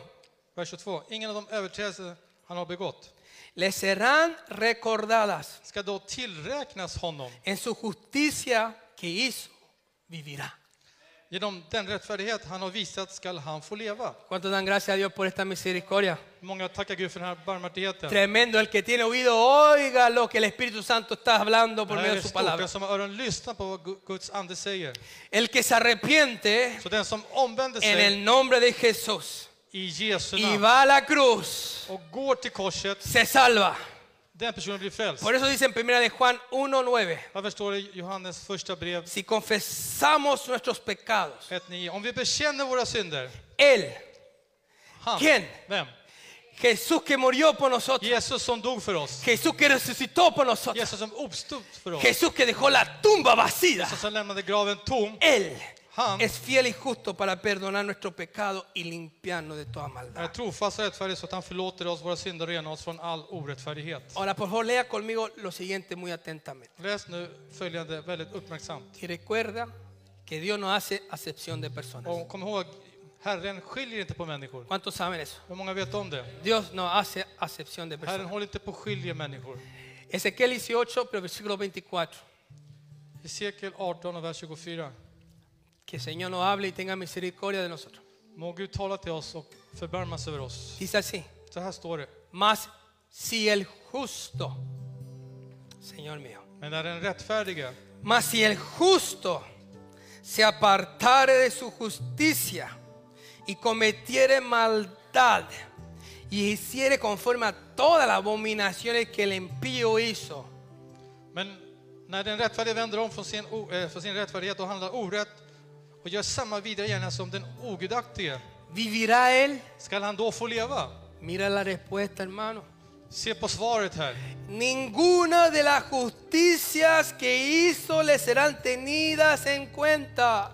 Speaker 2: Vers 22. Ingen av de överträdelser han har begått
Speaker 1: le serán recordadas.
Speaker 2: ska då tillräknas honom.
Speaker 1: En su justicia que hizo, vivirá.
Speaker 2: Genom den rättfärdighet han har visat skall han få leva.
Speaker 1: ¿Cuánto dan gracias a Dios por esta misericordia?
Speaker 2: Många tackar Gud för den här barmhärtigheten.
Speaker 1: Tremendo, el que tiene oído, oiga lo que el Espíritu Santo está hablando
Speaker 2: Det
Speaker 1: por
Speaker 2: här
Speaker 1: medio
Speaker 2: är
Speaker 1: de su
Speaker 2: stort. Den
Speaker 1: palabra.
Speaker 2: som har öron lyssnar på vad Gu- Guds ande säger.
Speaker 1: El que se arrepiente
Speaker 2: Så den som omvänder
Speaker 1: en
Speaker 2: sig
Speaker 1: el nombre de Jesús.
Speaker 2: i Jesu
Speaker 1: y
Speaker 2: namn
Speaker 1: va a la cruz,
Speaker 2: och går till korset,
Speaker 1: se salva.
Speaker 2: den personen blir frälst.
Speaker 1: Por eso dice en 1 de Juan 1:9,
Speaker 2: Varför står det i Johannes första brev
Speaker 1: si confesamos nuestros pecados,
Speaker 2: 1.9? Om vi bekänner våra synder,
Speaker 1: él,
Speaker 2: han,
Speaker 1: Ken.
Speaker 2: vem?
Speaker 1: Jesús que murió por nosotros,
Speaker 2: Jesus som dog för oss.
Speaker 1: Jesús que resucitó por nosotros,
Speaker 2: Jesus som uppstod för oss.
Speaker 1: Jesús que dejó la tumba vacía,
Speaker 2: Jesus som lämnade graven tom.
Speaker 1: él
Speaker 2: Han
Speaker 1: es fiel y justo para perdonar nuestro pecado y limpiarnos de toda
Speaker 2: är
Speaker 1: maldad.
Speaker 2: trofast och rättfärdig så att han förlåter oss våra synder och renar oss från all orättfärdighet.
Speaker 1: Ahora, por favor, lea conmigo lo siguiente muy atentamente.
Speaker 2: Läs nu följande väldigt uppmärksamt.
Speaker 1: Y recuerda que Dios no hace acepción de personas.
Speaker 2: Och kom ihåg, Herren skiljer inte på människor.
Speaker 1: ¿Cuántos saben eso?
Speaker 2: Hur många vet om det?
Speaker 1: Dios no hace acepción de personas.
Speaker 2: Herren håller inte på att skilja människor.
Speaker 1: Ezequiel 18, pero versículo 24.
Speaker 2: Hesekiel 18 och vers 24.
Speaker 1: Que el Señor nos hable y tenga misericordia de nosotros.
Speaker 2: Må Gud tala till oss och förbarmas över oss.
Speaker 1: Dice así.
Speaker 2: Så här står det.
Speaker 1: Mas si el justo, Señor mío,
Speaker 2: Men när den rättfärdige,
Speaker 1: mas si el justo se apartare de su justicia y cometiere maldad y hiciere conforme a todas las abominaciones que el impío hizo,
Speaker 2: men när den rättfärdige vänder om från sin, o- eh, från sin rättfärdighet och handlar orätt och gör samma vidriga gärningar som den ogudaktige,
Speaker 1: ¿vivirá él?
Speaker 2: skall han då få leva?
Speaker 1: Mira la respuesta, hermano.
Speaker 2: Se på svaret här.
Speaker 1: Ninguna de las justicias que hizo le serán tenidas en cuenta.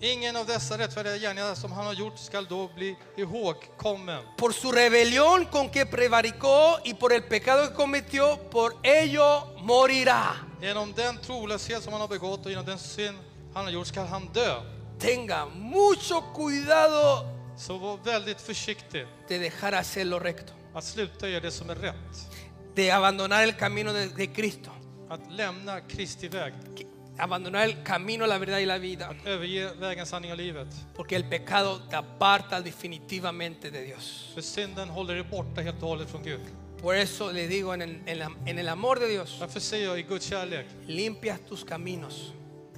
Speaker 2: Ingen av dessa rättfärdiga gärningar som han har gjort skall då bli ihågkommen.
Speaker 1: Por su rebelión con que prevaricó y por el pecado que cometió, por ello morirá.
Speaker 2: Genom den trolöshet som han har begått och genom den synd han har gjort skall han dö.
Speaker 1: Tenga mucho cuidado
Speaker 2: Så var väldigt försiktig
Speaker 1: de dejar hacer lo recto,
Speaker 2: att sluta göra det som är rätt.
Speaker 1: de abandonar el camino de, de Cristo,
Speaker 2: Att lämna Kristi väg,
Speaker 1: que- abandonar el camino, la verdad y la vida,
Speaker 2: överge vägen, sanning och livet.
Speaker 1: porque el pecado te aparta definitivamente de Dios.
Speaker 2: För synden håller dig borta helt och hållet från Gud.
Speaker 1: Por eso le digo en el- en la- en el amor de Dios,
Speaker 2: Därför säger jag i Guds kärlek,
Speaker 1: limpias tus caminos.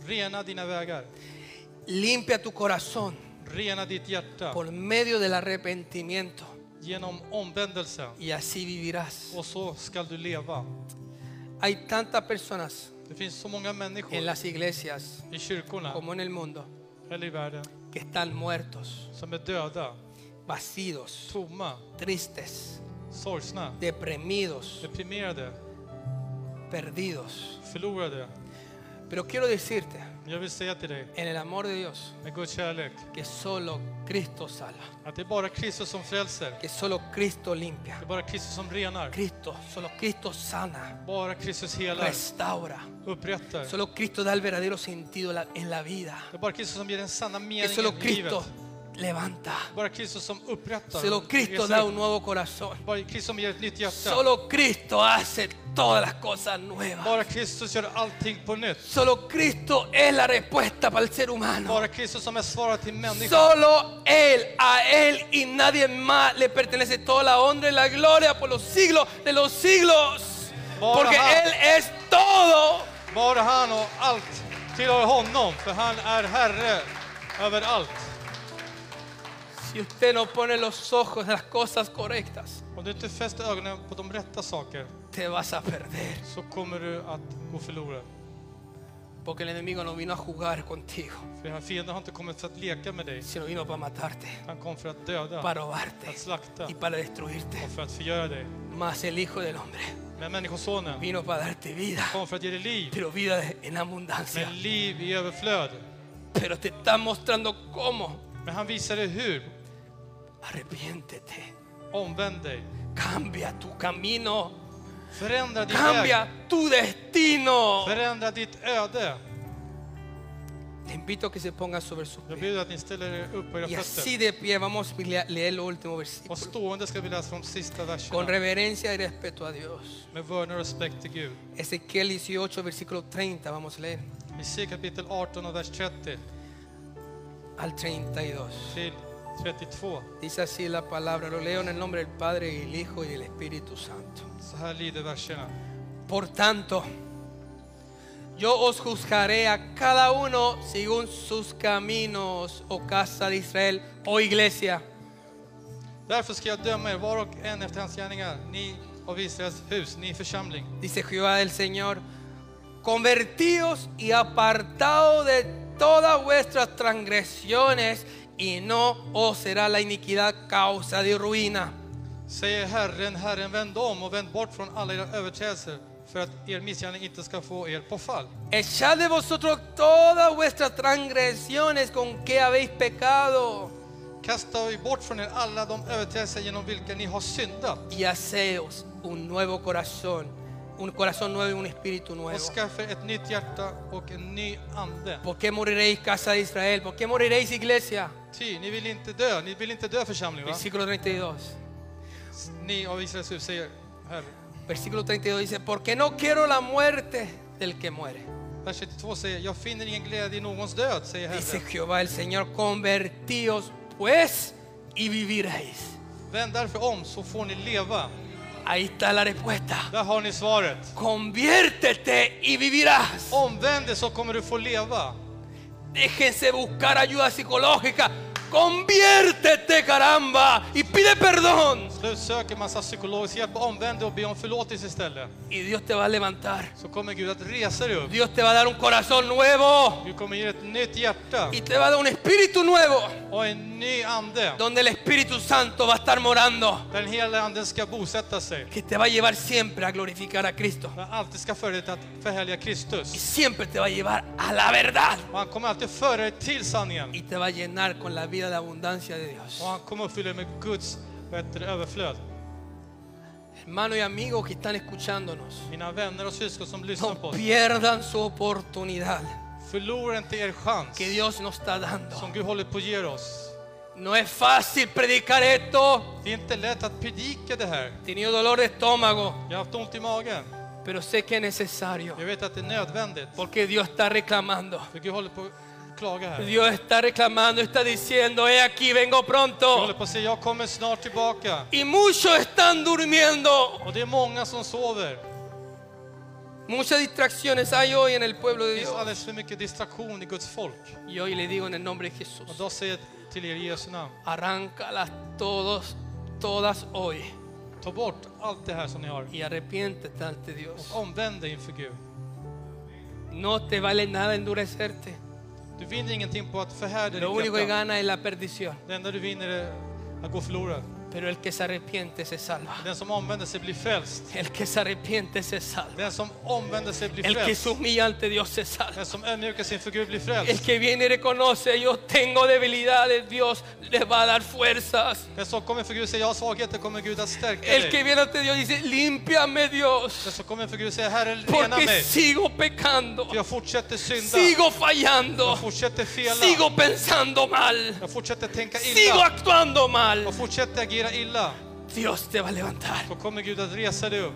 Speaker 2: rena dina vägar.
Speaker 1: Limpia tu corazón
Speaker 2: Rena ditt hjärta
Speaker 1: por medio del arrepentimiento
Speaker 2: genom omvändelsen
Speaker 1: y así vivirás.
Speaker 2: och så skall du leva.
Speaker 1: Hay tantas personas
Speaker 2: Det finns så många människor
Speaker 1: en las iglesias
Speaker 2: i kyrkorna
Speaker 1: como en el mundo
Speaker 2: eller i världen
Speaker 1: que están muertos,
Speaker 2: som är döda,
Speaker 1: vacíos,
Speaker 2: tomma,
Speaker 1: tristes,
Speaker 2: sorgsna,
Speaker 1: deprimidos,
Speaker 2: deprimerade,
Speaker 1: perdidos.
Speaker 2: förlorade.
Speaker 1: Pero quiero decirte,
Speaker 2: Men Jag vill säga till dig,
Speaker 1: en el amor de Dios,
Speaker 2: med Guds kärlek,
Speaker 1: que solo Cristo salva,
Speaker 2: att det är bara Kristus som frälser.
Speaker 1: que solo Cristo
Speaker 2: Det
Speaker 1: limpia,
Speaker 2: är bara Kristus som renar.
Speaker 1: Cristo, solo Cristo sana,
Speaker 2: Bara Kristus helar,
Speaker 1: restaura,
Speaker 2: upprättar.
Speaker 1: solo Cristo da el verdadero sentido en la- en la vida.
Speaker 2: Det är bara Kristus som ger den sanna
Speaker 1: que
Speaker 2: meningen
Speaker 1: solo
Speaker 2: i livet.
Speaker 1: Cristo levanta,
Speaker 2: Bara Kristus som upprättar.
Speaker 1: solo Cristo
Speaker 2: reser
Speaker 1: da
Speaker 2: upp.
Speaker 1: un nuevo corazón,
Speaker 2: Bara Kristus som ger ett nytt hjärta.
Speaker 1: solo Cristo hace todas las cosas nuevas,
Speaker 2: Bara Kristus gör allting på nytt.
Speaker 1: solo Cristo es la respuesta para el ser humano,
Speaker 2: Bara Kristus som är svaret till människan.
Speaker 1: solo Él, a Él y nadie más le pertenece toda la honra y la gloria por los siglos de los siglos, porque Él es todo.
Speaker 2: Bara han och allt tillhör honom, för han är Herre över allt.
Speaker 1: Si usted no pone los ojos en las cosas correctas,
Speaker 2: Om du inte fäster ögonen på de rätta saker
Speaker 1: te vas a perder,
Speaker 2: så kommer du att gå förlorad.
Speaker 1: porque el enemigo no vino a jugar contigo,
Speaker 2: För han fienden har inte kommit för att leka med dig.
Speaker 1: sino vino para matarte.
Speaker 2: Han kom för att döda
Speaker 1: para robarte
Speaker 2: Att slakta.
Speaker 1: y para destruirte.
Speaker 2: och för att förgöra dig.
Speaker 1: Mas el Hijo del Hombre
Speaker 2: Men Människosonen
Speaker 1: vino para darte vida,
Speaker 2: kom för att ge dig liv,
Speaker 1: pero vida en abundancia.
Speaker 2: men liv i överflöd.
Speaker 1: Pero te está mostrando cómo.
Speaker 2: Men han visar dig hur.
Speaker 1: Arrepiéntete,
Speaker 2: Omvänd dig.
Speaker 1: cambia tu camino,
Speaker 2: Förändra din väg.
Speaker 1: cambia tu destino.
Speaker 2: Förändra ditt öde.
Speaker 1: Te invito a que se ponga sobre sus
Speaker 2: Jag
Speaker 1: pies.
Speaker 2: bjuder att ni ställer er upp på era
Speaker 1: Y así
Speaker 2: fötter.
Speaker 1: de pie vamos a lea- leer el último versículo.
Speaker 2: Och stående ska vi läsa de sista
Speaker 1: Con
Speaker 2: verserna.
Speaker 1: reverencia y respeto a Dios.
Speaker 2: Med vördnad och respekt till Gud.
Speaker 1: Ezequiel 18, versículo 30, vamos a leer.
Speaker 2: Messias kapitel 18 och vers 30
Speaker 1: Al 32.
Speaker 2: till 32.
Speaker 1: Dice así la palabra, lo leo en el nombre del Padre y del Hijo y del Espíritu Santo.
Speaker 2: Så här lyder verserna.
Speaker 1: Por tanto, yo os juzgaré a cada uno según sus caminos, o casa de Israel, o iglesia.
Speaker 2: Därför ska jag döma er var och en efter hans gärningar, ni av Israels hus, ni församling.
Speaker 1: Dice Jehová del Señor, convertíos y apartaos de todas vuestras transgresiones, y no os será la iniquidad causa de ruina.
Speaker 2: Säger Herren, Herren, vänd om och vänd bort från alla era överträdelser för att er missgärning inte ska få er på fall.
Speaker 1: Echad de vosotros todas vuestras transgresiones con que habéis pecado.
Speaker 2: Kasta er bort från er alla de överträdelser genom vilka ni har syndat
Speaker 1: y haceos un nuevo corazón, un corazón nuevo y un espíritu nuevo.
Speaker 2: och skaffa er ett nytt hjärta och en ny ande.
Speaker 1: ¿Por qué moriréis casa de Israel? ¿Por qué moriréis iglesia?
Speaker 2: Ty, ni vill inte dö, ni vill inte dö församling va?
Speaker 1: Versículo 32.
Speaker 2: Ni av Israels hus, säger Herren.
Speaker 1: Versículo 32 dice, porque no quiero la muerte del que muere.
Speaker 2: Vers 32 säger, jag finner ingen glädje i någons död, säger
Speaker 1: Dice
Speaker 2: Herren.
Speaker 1: Jehová el Señor, convertíos pues y viviréis.
Speaker 2: Vänd därför om så får ni leva.
Speaker 1: Ahí está la respuesta.
Speaker 2: Där har ni svaret.
Speaker 1: Conviértete y vivirás.
Speaker 2: Omvänd dig så kommer du få leva.
Speaker 1: Déjense buscar ayuda psicológica. Conviértete, caramba, y pide perdón.
Speaker 2: Slut sök en massa psykologisk hjälp, omvänd dig och be om förlåtelse istället.
Speaker 1: Y Dios te va a levantar.
Speaker 2: Så kommer Gud att resa dig upp.
Speaker 1: Dios te va a dar un corazón nuevo
Speaker 2: Gud kommer ge dig ett nytt hjärta
Speaker 1: y te va a dar un espíritu nuevo
Speaker 2: och en ny ande.
Speaker 1: donde el Espíritu Santo va a estar morando,
Speaker 2: Där den hela anden ska bosätta sig.
Speaker 1: que te va a llevar siempre a glorificar a Cristo
Speaker 2: Där han alltid ska föra dig till att förhärliga
Speaker 1: y
Speaker 2: Kristus.
Speaker 1: siempre te va a llevar a la verdad
Speaker 2: Och han kommer alltid föra dig till sanningen.
Speaker 1: y te va a llenar con la vida de abundancia de Dios.
Speaker 2: Och han kommer uppfylla dig med Guds bättre överflöd.
Speaker 1: Hermanos y amigos que están escuchándonos,
Speaker 2: Mina vänner och syskon som lyssnar på
Speaker 1: no
Speaker 2: oss.
Speaker 1: pierdan su oportunidad
Speaker 2: Förlora inte er chans
Speaker 1: que Dios nos está
Speaker 2: som
Speaker 1: dando.
Speaker 2: Gud håller på att ge oss.
Speaker 1: No es fácil predicar esto.
Speaker 2: Det är inte lätt att predika det här.
Speaker 1: He tenido dolor de estómago,
Speaker 2: Jag har haft ont i magen.
Speaker 1: pero sé que es necesario
Speaker 2: Jag vet att det är nödvändigt.
Speaker 1: porque Dios está reclamando.
Speaker 2: För Gud håller på att klaga här.
Speaker 1: Dios está reclamando, está diciendo, he aquí, vengo
Speaker 2: Gud håller
Speaker 1: pronto.
Speaker 2: på att säga, jag kommer snart tillbaka.
Speaker 1: Y muchos están durmiendo.
Speaker 2: Och det är många som sover.
Speaker 1: Muchas distracciones hay hoy en el pueblo de
Speaker 2: Det finns
Speaker 1: Dios.
Speaker 2: alldeles för mycket distraktion i Guds folk.
Speaker 1: Y hoy le digo en el nombre de Jesús,
Speaker 2: Och då säger jag till er i Jesu namn,
Speaker 1: arráncalas todos, todas hoy
Speaker 2: ta bort allt det här som ni har
Speaker 1: y arrepiéntete ante Dios.
Speaker 2: och omvänd dig inför Gud.
Speaker 1: No te vale nada endurecerte.
Speaker 2: Du vinner ingenting på att förhärda
Speaker 1: Lo único
Speaker 2: ditt
Speaker 1: que
Speaker 2: hjärta.
Speaker 1: gana es la perdición.
Speaker 2: Det enda du vinner är att gå förlorad.
Speaker 1: Pero el que se arrepiente se salva.
Speaker 2: Den som omvänder sig blir frälst.
Speaker 1: El que se arrepiente se salva.
Speaker 2: Den som omvänder sig blir
Speaker 1: El que
Speaker 2: frälst.
Speaker 1: se humilla ante Dios se salva.
Speaker 2: Den som ödmjukar sin för Gud blir
Speaker 1: El
Speaker 2: frälst.
Speaker 1: que viene y reconoce, yo tengo debilidades, Dios le va a dar fuerzas.
Speaker 2: Den som kommer för Gud och säger jag har svagheter kommer Gud att stärka
Speaker 1: El que
Speaker 2: dig.
Speaker 1: viene ante Dios dice, límpiame Dios,
Speaker 2: Den som kommer för Gud och säger Herre rena
Speaker 1: porque
Speaker 2: mig.
Speaker 1: sigo pecando,
Speaker 2: För jag fortsätter synda.
Speaker 1: sigo
Speaker 2: Jag
Speaker 1: fallando,
Speaker 2: fortsätter fela.
Speaker 1: sigo pensando mal,
Speaker 2: Jag fortsätter tänka
Speaker 1: sigo
Speaker 2: illa.
Speaker 1: actuando mal.
Speaker 2: Jag fortsätter agera illa.
Speaker 1: Dios te va a levantar.
Speaker 2: Då kommer Gud att resa dig upp.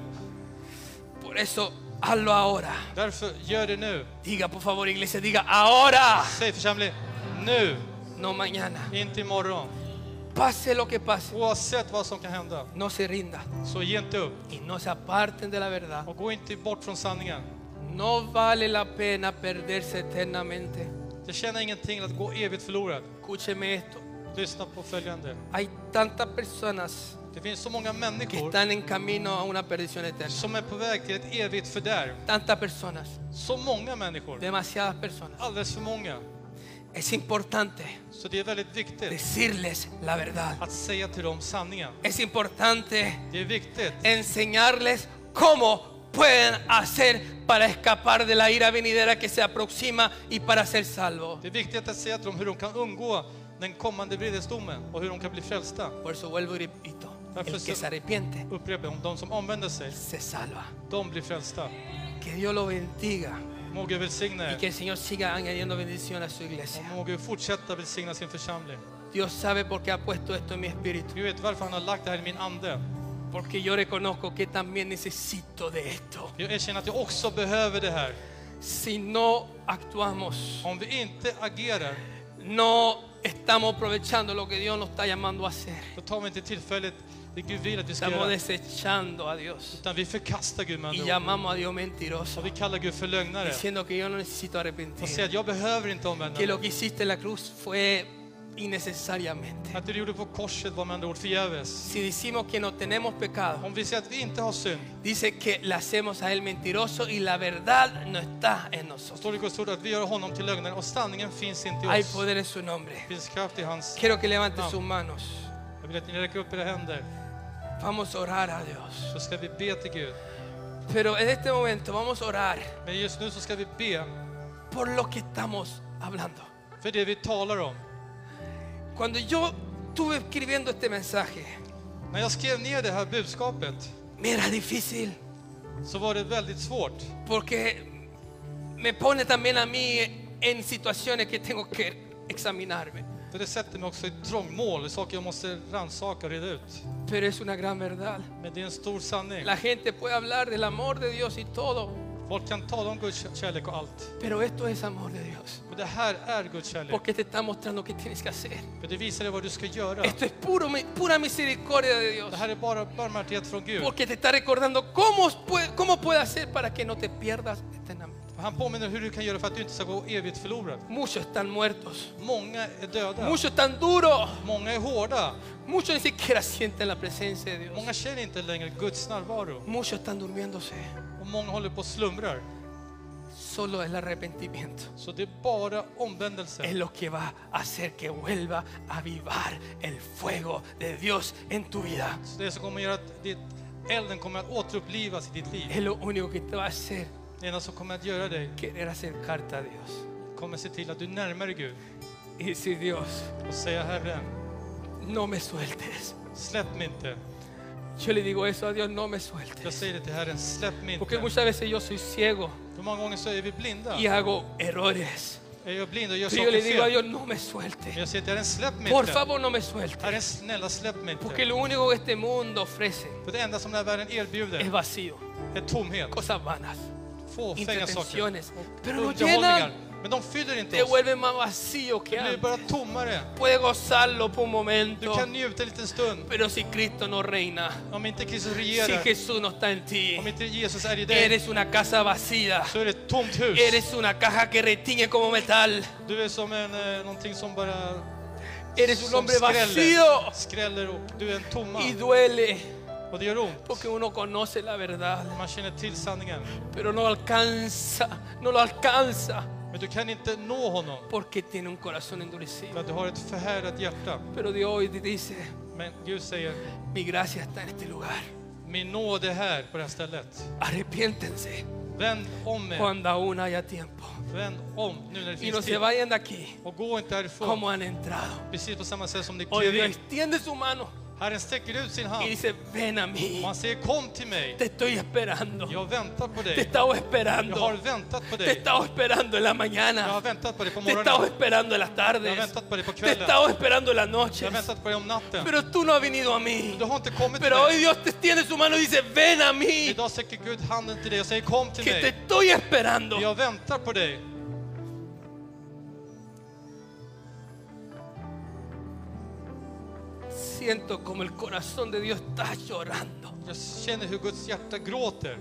Speaker 1: Por eso, hazlo ahora.
Speaker 2: Därför gör det nu.
Speaker 1: Diga, por favor, iglesia, diga, ahora,
Speaker 2: Säg församling, nu,
Speaker 1: no mañana.
Speaker 2: inte imorgon.
Speaker 1: Pase lo que pase,
Speaker 2: Oavsett vad som kan hända,
Speaker 1: no se rinda
Speaker 2: så ge inte upp.
Speaker 1: y no se aparten de la verdad.
Speaker 2: Och gå inte bort från sanningen.
Speaker 1: No vale la pena perderse eternamente.
Speaker 2: Det tjänar ingenting att gå evigt förlorad.
Speaker 1: Escúcheme esto.
Speaker 2: Lyssna på följande.
Speaker 1: Hay tantas personas
Speaker 2: Det finns så många
Speaker 1: que
Speaker 2: människor
Speaker 1: están en camino a una perdición eterna.
Speaker 2: som är på väg till ett evigt fördärv.
Speaker 1: Tantas personas,
Speaker 2: Så många människor,
Speaker 1: demasiadas personas.
Speaker 2: alldeles för många.
Speaker 1: Es importante
Speaker 2: Så det är väldigt viktigt
Speaker 1: decirles la verdad.
Speaker 2: att säga till dem sanningen.
Speaker 1: Es importante
Speaker 2: Det är viktigt
Speaker 1: enseñarles cómo pueden hacer para escapar de la ira venidera que se aproxima y para ser salvos.
Speaker 2: Det är viktigt att säga till dem hur de kan undgå den kommande vredesdomen och hur de kan bli frälsta.
Speaker 1: Por eso vuelvo y repito, el que se arrepiente
Speaker 2: Upprepa, om de som omvänder sig,
Speaker 1: se salva.
Speaker 2: de blir frälsta.
Speaker 1: Que Dios lo bendiga
Speaker 2: Må Gud välsigna
Speaker 1: y que
Speaker 2: er
Speaker 1: el Señor siga añadiendo bendición a su iglesia.
Speaker 2: och må Gud fortsätta välsigna sin församling.
Speaker 1: Dios sabe por qué ha puesto esto en mi espíritu.
Speaker 2: Gud vet varför han har lagt det här i min ande.
Speaker 1: Porque yo reconozco que también necesito de esto.
Speaker 2: Jag erkänner att jag också behöver det här.
Speaker 1: Si no actuamos,
Speaker 2: Om vi inte agerar,
Speaker 1: no estamos aprovechando lo que Dios nos está llamando a hacer.
Speaker 2: då tar vi inte tillfället det Gud vill att vi ska
Speaker 1: Estamos
Speaker 2: göra.
Speaker 1: desechando a Dios
Speaker 2: Utan vi förkastar Gud med
Speaker 1: y
Speaker 2: andra ord.
Speaker 1: llamamos a Dios mentiroso,
Speaker 2: Och vi kallar Gud för lögnare.
Speaker 1: diciendo que yo no necesito
Speaker 2: Och säger
Speaker 1: arrepentir.
Speaker 2: att jag behöver inte omvända
Speaker 1: Que
Speaker 2: mig.
Speaker 1: lo que hiciste en la cruz fue innecesariamente.
Speaker 2: Att det du gjorde på korset var med andra ord förgäves.
Speaker 1: Si decimos que no tenemos pecado,
Speaker 2: Om vi säger att vi inte har synd,
Speaker 1: dice que le hacemos a Él mentiroso y la verdad no está en
Speaker 2: då
Speaker 1: nosotros.
Speaker 2: står det i Guds ord att vi gör honom till lögnare och sanningen finns inte i
Speaker 1: Hay
Speaker 2: oss.
Speaker 1: poder en su nombre.
Speaker 2: Det finns kraft i hans...
Speaker 1: Quiero que levanten sus manos.
Speaker 2: Jag vill att ni räcker upp era händer,
Speaker 1: Vamos a orar a Dios.
Speaker 2: så ska vi be till Gud.
Speaker 1: Pero en este momento vamos a orar
Speaker 2: Men just nu så ska vi be
Speaker 1: por lo que estamos hablando.
Speaker 2: för det vi talar om.
Speaker 1: Cuando yo estuve escribiendo este mensaje,
Speaker 2: När jag skrev ner det här budskapet
Speaker 1: me era difícil
Speaker 2: så var det väldigt svårt.
Speaker 1: porque me pone también a mí en situaciones que tengo que examinarme.
Speaker 2: För det sätter mig också i trångmål, saker jag måste rannsaka och reda ut.
Speaker 1: Pero es una gran verdad.
Speaker 2: Men det är en stor sanning.
Speaker 1: La gente puede hablar del amor de Dios y todo,
Speaker 2: Folk kan tala om Guds kärlek och allt.
Speaker 1: pero esto es amor de Dios.
Speaker 2: Men det här är Guds kärlek.
Speaker 1: Porque te está mostrando qué tienes que hacer.
Speaker 2: För det visar dig vad du ska göra.
Speaker 1: Esto es puro, mi- pura misericordia de Dios.
Speaker 2: Det här är bara barmhärtighet från Gud.
Speaker 1: Porque te está recordando cómo puede, cómo puede hacer para que no te pierdas este eternamente.
Speaker 2: Han påminner hur du kan göra för att du inte ska gå evigt förlorad.
Speaker 1: Muchos están muertos,
Speaker 2: Många är döda.
Speaker 1: muchos están duros,
Speaker 2: Många är hårda.
Speaker 1: muchos ni siquiera sienten la presencia de Dios,
Speaker 2: Många känner inte längre Guds närvaro.
Speaker 1: muchos están durmiéndose.
Speaker 2: Och många håller på och slumrar.
Speaker 1: Solo el arrepentimiento
Speaker 2: Så det är bara
Speaker 1: es
Speaker 2: omvändelse
Speaker 1: lo que va a hacer que vuelva a avivar el fuego de Dios en tu vida.
Speaker 2: Så det som kommer göra att ditt, elden kommer att återupplivas i ditt liv.
Speaker 1: Es lo único que te va a hacer
Speaker 2: Det enda som kommer att göra dig
Speaker 1: querer acercarte a Dios
Speaker 2: kommer se till att du närmar dig Gud
Speaker 1: y decir Dios,
Speaker 2: och säga Herre,
Speaker 1: no me sueltes.
Speaker 2: släpp mig inte.
Speaker 1: Yo le digo eso a Dios, no me
Speaker 2: Jag
Speaker 1: sueltes.
Speaker 2: säger det till Herren, släpp mig
Speaker 1: Porque
Speaker 2: inte.
Speaker 1: muchas veces yo soy ciego.
Speaker 2: För många gånger så är vi blinda.
Speaker 1: y hago errores.
Speaker 2: Är jag blind och gör
Speaker 1: Pero yo le
Speaker 2: saker
Speaker 1: digo a
Speaker 2: fel?
Speaker 1: Dios, no me
Speaker 2: Men
Speaker 1: suelte.
Speaker 2: jag säger till Herren, släpp mig
Speaker 1: Por
Speaker 2: inte.
Speaker 1: favor, no me suelte.
Speaker 2: Herren, snälla släpp mig
Speaker 1: Porque
Speaker 2: inte.
Speaker 1: lo único que este mundo ofrece
Speaker 2: För det enda som den här världen
Speaker 1: es
Speaker 2: erbjuder
Speaker 1: vacío,
Speaker 2: är tomhet,
Speaker 1: cosas vanas,
Speaker 2: fåfänga saker
Speaker 1: intervenciones,
Speaker 2: och
Speaker 1: pero no llenan
Speaker 2: underhållningar. Men de fyller inte
Speaker 1: te
Speaker 2: oss.
Speaker 1: vuelve más vacío que
Speaker 2: Det blir
Speaker 1: antes.
Speaker 2: bara tommare.
Speaker 1: Puedes gozarlo por un
Speaker 2: Du
Speaker 1: momento,
Speaker 2: kan njuta en liten stund.
Speaker 1: pero si Cristo no reina,
Speaker 2: Om inte Kristus
Speaker 1: si
Speaker 2: regerar,
Speaker 1: Jesús no está en ti,
Speaker 2: om inte Jesus är i dig,
Speaker 1: eres una casa vacía,
Speaker 2: så är det ett tomt hus.
Speaker 1: eres una caja que retiñe como metal,
Speaker 2: Du är som en, eh, någonting som bara
Speaker 1: eres un
Speaker 2: som
Speaker 1: hombre
Speaker 2: skräller.
Speaker 1: vacío
Speaker 2: skräller och du är en tomma.
Speaker 1: y duele
Speaker 2: Och det gör ont.
Speaker 1: porque uno conoce la verdad,
Speaker 2: Man känner till sanningen.
Speaker 1: pero no alcanza, no lo alcanza
Speaker 2: Men du kan inte nå honom
Speaker 1: porque tiene un corazón
Speaker 2: för
Speaker 1: endurecido.
Speaker 2: att du har ett förhärdat hjärta.
Speaker 1: Pero Dios hoy te dice,
Speaker 2: Men Gud säger,
Speaker 1: mi gracia está en este lugar.
Speaker 2: min nåd är här på det här stället.
Speaker 1: Arrepiéntense
Speaker 2: Vänd om er.
Speaker 1: cuando aún haya tiempo
Speaker 2: Vänd om nu när det
Speaker 1: y no
Speaker 2: finns
Speaker 1: se
Speaker 2: tid.
Speaker 1: vayan de aquí
Speaker 2: Och gå inte härifrån.
Speaker 1: como han entrado.
Speaker 2: Precis på samma sätt som ni
Speaker 1: Hoy
Speaker 2: klev
Speaker 1: Dios
Speaker 2: in.
Speaker 1: extiende su mano
Speaker 2: Herren sträcker ut sin
Speaker 1: y
Speaker 2: hand.
Speaker 1: dice, ven a mí,
Speaker 2: Och han säger, kom till mig.
Speaker 1: te estoy esperando,
Speaker 2: Jag väntar på
Speaker 1: te he
Speaker 2: dig.
Speaker 1: estado
Speaker 2: Jag har
Speaker 1: esperando,
Speaker 2: väntat på
Speaker 1: te he
Speaker 2: dig.
Speaker 1: estado esperando en la
Speaker 2: Jag har
Speaker 1: mañana,
Speaker 2: väntat på dig på
Speaker 1: te he estado
Speaker 2: morgonen.
Speaker 1: esperando en las
Speaker 2: Jag har
Speaker 1: tardes,
Speaker 2: väntat på dig
Speaker 1: te
Speaker 2: på
Speaker 1: he
Speaker 2: kvällen.
Speaker 1: estado esperando en las
Speaker 2: Jag
Speaker 1: noches,
Speaker 2: har väntat på dig om natten.
Speaker 1: pero tú no has venido a mí.
Speaker 2: Du har inte kommit till
Speaker 1: Pero hoy
Speaker 2: mig.
Speaker 1: Dios te extiende su mano y dice, ven a mí,
Speaker 2: Idag sträcker Gud handen till dig och säger kom till
Speaker 1: que te
Speaker 2: mig.
Speaker 1: estoy esperando.
Speaker 2: Jag väntar på dig.
Speaker 1: Siento como el corazón de Dios está llorando.
Speaker 2: Jag känner hur Guds hjärta gråter.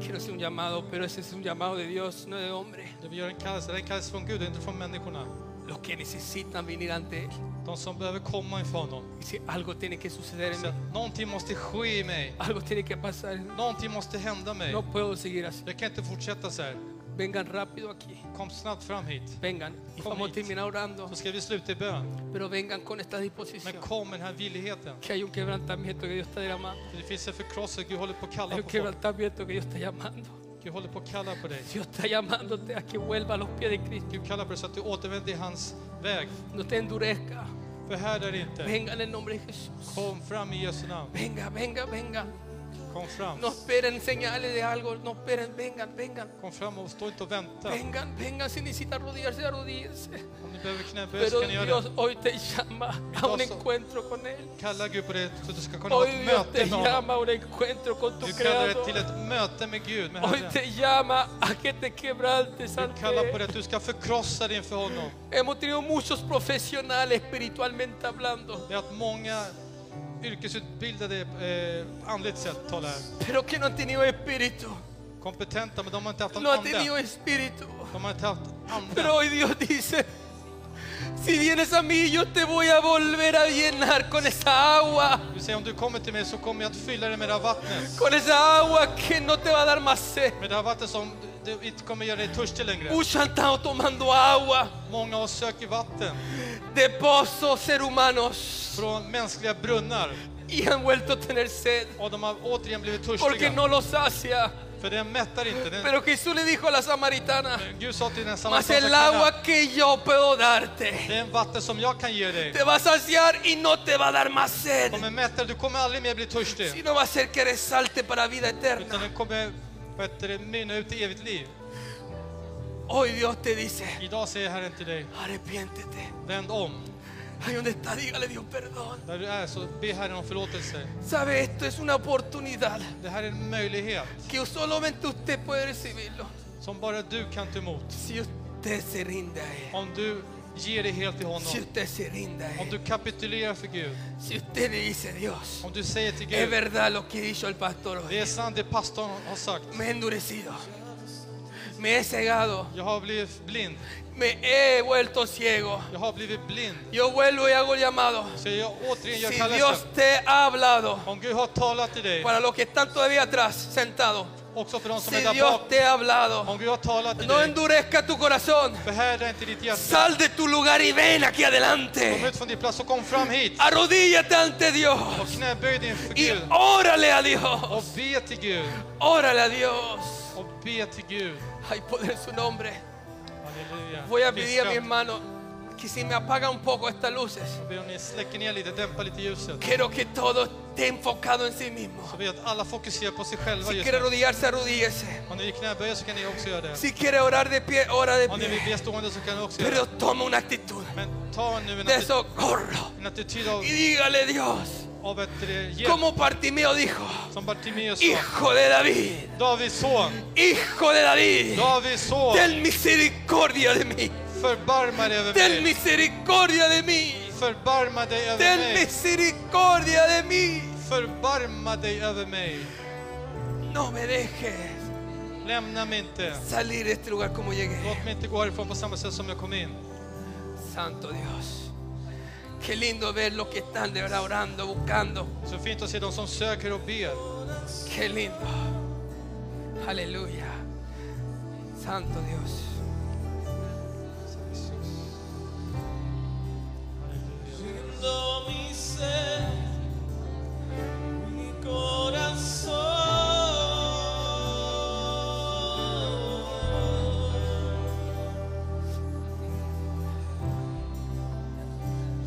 Speaker 1: Quiero hacer un llamado, pero ese es un llamado de Dios, no de hombre.
Speaker 2: Vi gör en kallelse. Det är en kallelse från Gud, inte från människorna.
Speaker 1: Los que necesitan venir ante Él.
Speaker 2: De som behöver komma ifrån honom.
Speaker 1: Y si algo tiene que suceder en
Speaker 2: Så
Speaker 1: mí,
Speaker 2: att någonting måste ske i mig.
Speaker 1: algo tiene que pasar. en mí.
Speaker 2: Någonting måste hända mig.
Speaker 1: No puedo seguir así.
Speaker 2: Jag kan inte fortsätta så här.
Speaker 1: Vengan rápido aquí.
Speaker 2: Kom snabbt fram hit.
Speaker 1: Vengan. Y
Speaker 2: Kom
Speaker 1: vamos a
Speaker 2: hit.
Speaker 1: terminar orando.
Speaker 2: Så ska vi sluta i bön.
Speaker 1: Pero vengan con esta
Speaker 2: Men
Speaker 1: disposición.
Speaker 2: kom med den här villigheten.
Speaker 1: Que hay un quebrantamiento que Dios está derramando.
Speaker 2: För Det finns en förkrosselse. Gud håller på att
Speaker 1: Hay
Speaker 2: kalla
Speaker 1: un
Speaker 2: på folk.
Speaker 1: quebrantamiento que Dios está llamando.
Speaker 2: Gud håller på att kalla på dig.
Speaker 1: Dios está llamándote a que vuelva a los pies de Cristo.
Speaker 2: Gud kallar på dig så att du återvänder i hans väg.
Speaker 1: No te endurezca.
Speaker 2: Förhärda dig inte.
Speaker 1: Venga en el nombre de Jesús.
Speaker 2: Kom fram i Jesu namn.
Speaker 1: Venga, venga, venga.
Speaker 2: Kom fram.
Speaker 1: No esperen señales de algo. No esperen. Vengan, vengan.
Speaker 2: Kom fram och stå inte och vänta.
Speaker 1: Vengan, vengan si necesitan rodearse, arrodíense.
Speaker 2: Om ni behöver knäböj så
Speaker 1: Pero
Speaker 2: kan ni göra
Speaker 1: Dios
Speaker 2: det.
Speaker 1: hoy te llama a
Speaker 2: Dios-
Speaker 1: un encuentro con Él.
Speaker 2: Kalla Gud på dig så att du ska kunna ha
Speaker 1: Hoy
Speaker 2: ett
Speaker 1: Dios te
Speaker 2: möte med honom.
Speaker 1: llama a un encuentro con tu
Speaker 2: Du kallar det till
Speaker 1: Creador.
Speaker 2: ett möte med Gud, med
Speaker 1: Hoy
Speaker 2: Herren.
Speaker 1: te llama a que te quebrantes
Speaker 2: Du
Speaker 1: ante
Speaker 2: kallar på
Speaker 1: Él.
Speaker 2: det att du ska förkrossa dig inför honom.
Speaker 1: Hemos tenido muchos profesionales espiritualmente hablando,
Speaker 2: Det är att många yrkesutbildade, eh, andligt sett talar här,
Speaker 1: pero que no han tenido espíritu.
Speaker 2: kompetenta, men de har inte haft en
Speaker 1: No han
Speaker 2: ande.
Speaker 1: tenido espíritu.
Speaker 2: De har inte haft ande.
Speaker 1: Pero hoy Dios dice, si vienes a mí, yo te voy a volver a llenar con esa agua.
Speaker 2: Du säger om du kommer till mig så kommer jag att fylla dig med det här vattnet.
Speaker 1: Con esa agua que no te va a dar más sed.
Speaker 2: Med det här vattnet som du du inte kommer göra dig törstig längre.
Speaker 1: Muchos han estado tomando agua
Speaker 2: Många av oss söker vatten
Speaker 1: de pozos ser humanos
Speaker 2: från mänskliga brunnar
Speaker 1: y han vuelto a tener sed
Speaker 2: och de har återigen blivit
Speaker 1: porque
Speaker 2: törstiga.
Speaker 1: no los sacia.
Speaker 2: För den mättar inte. Den,
Speaker 1: Pero Jesús le dijo a la samaritana,
Speaker 2: Gud sa till den
Speaker 1: más el
Speaker 2: samaritanska
Speaker 1: agua que yo puedo darte
Speaker 2: det är en vatten som jag kan ge dig.
Speaker 1: te va a saciar y no te va a dar más sed,
Speaker 2: Kommer mätta, du kommer aldrig mer bli törstig.
Speaker 1: sino va a ser que resalte para vida
Speaker 2: Utan
Speaker 1: eterna.
Speaker 2: den kommer vad heter det, mynna ut i evigt liv.
Speaker 1: Hoy Dios te dice,
Speaker 2: Idag säger Herren till dig,
Speaker 1: arrepiéntete.
Speaker 2: vänd om.
Speaker 1: Ahí donde está, dígale Dios perdón.
Speaker 2: Där du är så be Herren om förlåtelse.
Speaker 1: Sabe, esto es una oportunidad
Speaker 2: Det här är en möjlighet
Speaker 1: que solamente usted puede recibirlo
Speaker 2: som bara du kan ta emot.
Speaker 1: si usted se rinde a Él.
Speaker 2: Om du ger dig helt till
Speaker 1: Si
Speaker 2: honom.
Speaker 1: usted se rinda, a
Speaker 2: Om
Speaker 1: Él,
Speaker 2: du kapitulerar för Gud.
Speaker 1: si usted le dice Dios,
Speaker 2: Om du säger till
Speaker 1: es
Speaker 2: Gud,
Speaker 1: verdad lo que dijo el pastor hoy.
Speaker 2: det är sant det pastorn har sagt.
Speaker 1: Me he endurecido, me he cegado,
Speaker 2: Jag har blivit blind.
Speaker 1: me he vuelto ciego.
Speaker 2: Jag har blivit blind.
Speaker 1: Yo vuelvo y hago el llamado.
Speaker 2: Så jag återigen gör
Speaker 1: Si
Speaker 2: kallelsen.
Speaker 1: Dios te ha hablado,
Speaker 2: Om Gud har talat till dig,
Speaker 1: para los que están todavía atrás, sentados,
Speaker 2: också för de som
Speaker 1: si
Speaker 2: är där
Speaker 1: Dios
Speaker 2: bak.
Speaker 1: te ha hablado,
Speaker 2: Om Gud har talat till
Speaker 1: no
Speaker 2: dig,
Speaker 1: endurezca tu corazón.
Speaker 2: förhärda inte ditt hjärta.
Speaker 1: Sal de tu lugar y ven aquí
Speaker 2: Kom
Speaker 1: adelante.
Speaker 2: ut från din plats och kom fram hit.
Speaker 1: Arrodíllate ante Dios
Speaker 2: Och knäböj dig inför
Speaker 1: y
Speaker 2: Gud.
Speaker 1: órale a Dios.
Speaker 2: Och be till Gud.
Speaker 1: Órale a Dios.
Speaker 2: Och be till Gud.
Speaker 1: Hay poder en su nombre.
Speaker 2: Halleluja.
Speaker 1: Voy a
Speaker 2: Finns
Speaker 1: pedir a mi
Speaker 2: kraft.
Speaker 1: hermano que si me apaga un poco estas luces,
Speaker 2: Jag ber om ni släcker ner lite, dämpar lite ljuset.
Speaker 1: quiero que todo esté enfocado en sí mismo.
Speaker 2: Så ber jag att alla fokuserar på sig själva
Speaker 1: Si
Speaker 2: just
Speaker 1: quiere
Speaker 2: nu.
Speaker 1: arrodillarse, arrodíllese.
Speaker 2: Om ni vill knäböja så kan ni också göra det.
Speaker 1: Si quiere orar de pie, ora de
Speaker 2: Om ni vill
Speaker 1: pie.
Speaker 2: be stående så kan ni också göra
Speaker 1: Pero
Speaker 2: det.
Speaker 1: toma una actitud
Speaker 2: Men ta nu en
Speaker 1: de
Speaker 2: attityd,
Speaker 1: socorro
Speaker 2: en attityd av
Speaker 1: y dígale Dios,
Speaker 2: av ett eh, get
Speaker 1: Como Bartimeo dijo,
Speaker 2: som Bartimeus sa.
Speaker 1: Hijo de David,
Speaker 2: Davids son,
Speaker 1: Hijo de David,
Speaker 2: Davids son,
Speaker 1: ten misericordia de mí,
Speaker 2: förbarma dig över
Speaker 1: ten
Speaker 2: mig.
Speaker 1: misericordia de mí,
Speaker 2: Förbarma dig över
Speaker 1: ten
Speaker 2: mig.
Speaker 1: misericordia de mí.
Speaker 2: Förbarma dig över mig.
Speaker 1: No me dejes
Speaker 2: Lämna mig inte.
Speaker 1: salir de este lugar como llegué.
Speaker 2: Låt mig inte gå härifrån på samma sätt som jag kom in.
Speaker 1: Santo Dios. Qué lindo ver los que están de verdad orando, buscando.
Speaker 2: Så fint att se de som söker och ber.
Speaker 1: Qué lindo. Aleluya. Santo Dios.
Speaker 3: Rindo mi ser, mi corazón.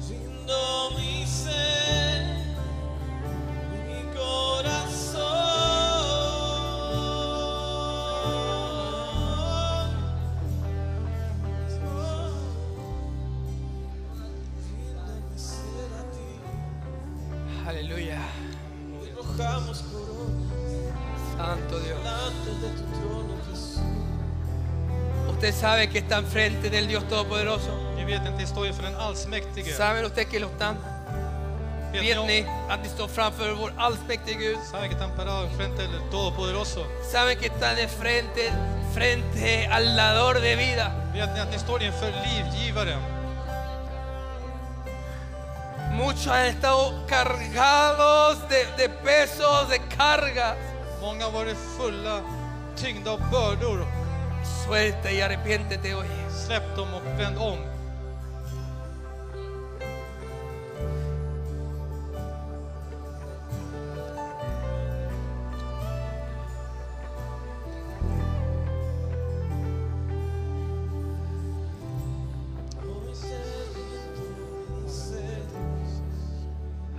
Speaker 3: Rindo mi ser, mi corazón. Ríndome ser a ti,
Speaker 1: Aleluya.
Speaker 3: te rojamos coronas
Speaker 1: Santo Dios.
Speaker 3: delante de tu trono, Jesús.
Speaker 1: Usted sabe que está enfrente del Dios Todopoderoso.
Speaker 2: Ni vet inte, ni står inför den allsmäktige.
Speaker 1: Saben usted que lo están. eh,
Speaker 2: Vet ni
Speaker 1: Vet ni
Speaker 2: om?
Speaker 1: att ni står framför vår allsmäktige Gud.
Speaker 2: Saben que están parados frente del Todopoderoso.
Speaker 1: Saben que está de frente, frente al dador de vida.
Speaker 2: Vet ni att ni står inför livgivaren?
Speaker 1: Muchos han estado cargados de, de pesos, de cargas.
Speaker 2: Många har varit fulla, tyngda av bördor.
Speaker 1: Suelta y arrepiéntete hoy.
Speaker 2: Släpp dem och vänd om.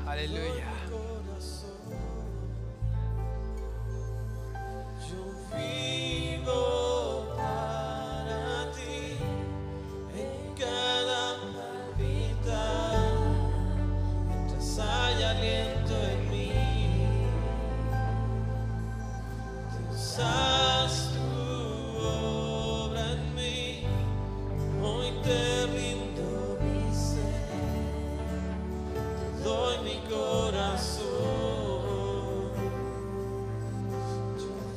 Speaker 1: Aleluya.
Speaker 3: Yo vivo para ti en cada palpitar, mientras hay aliento en mí. Dios, haz tu obra en mí, hoy te rindo mi ser, te doy mi corazón.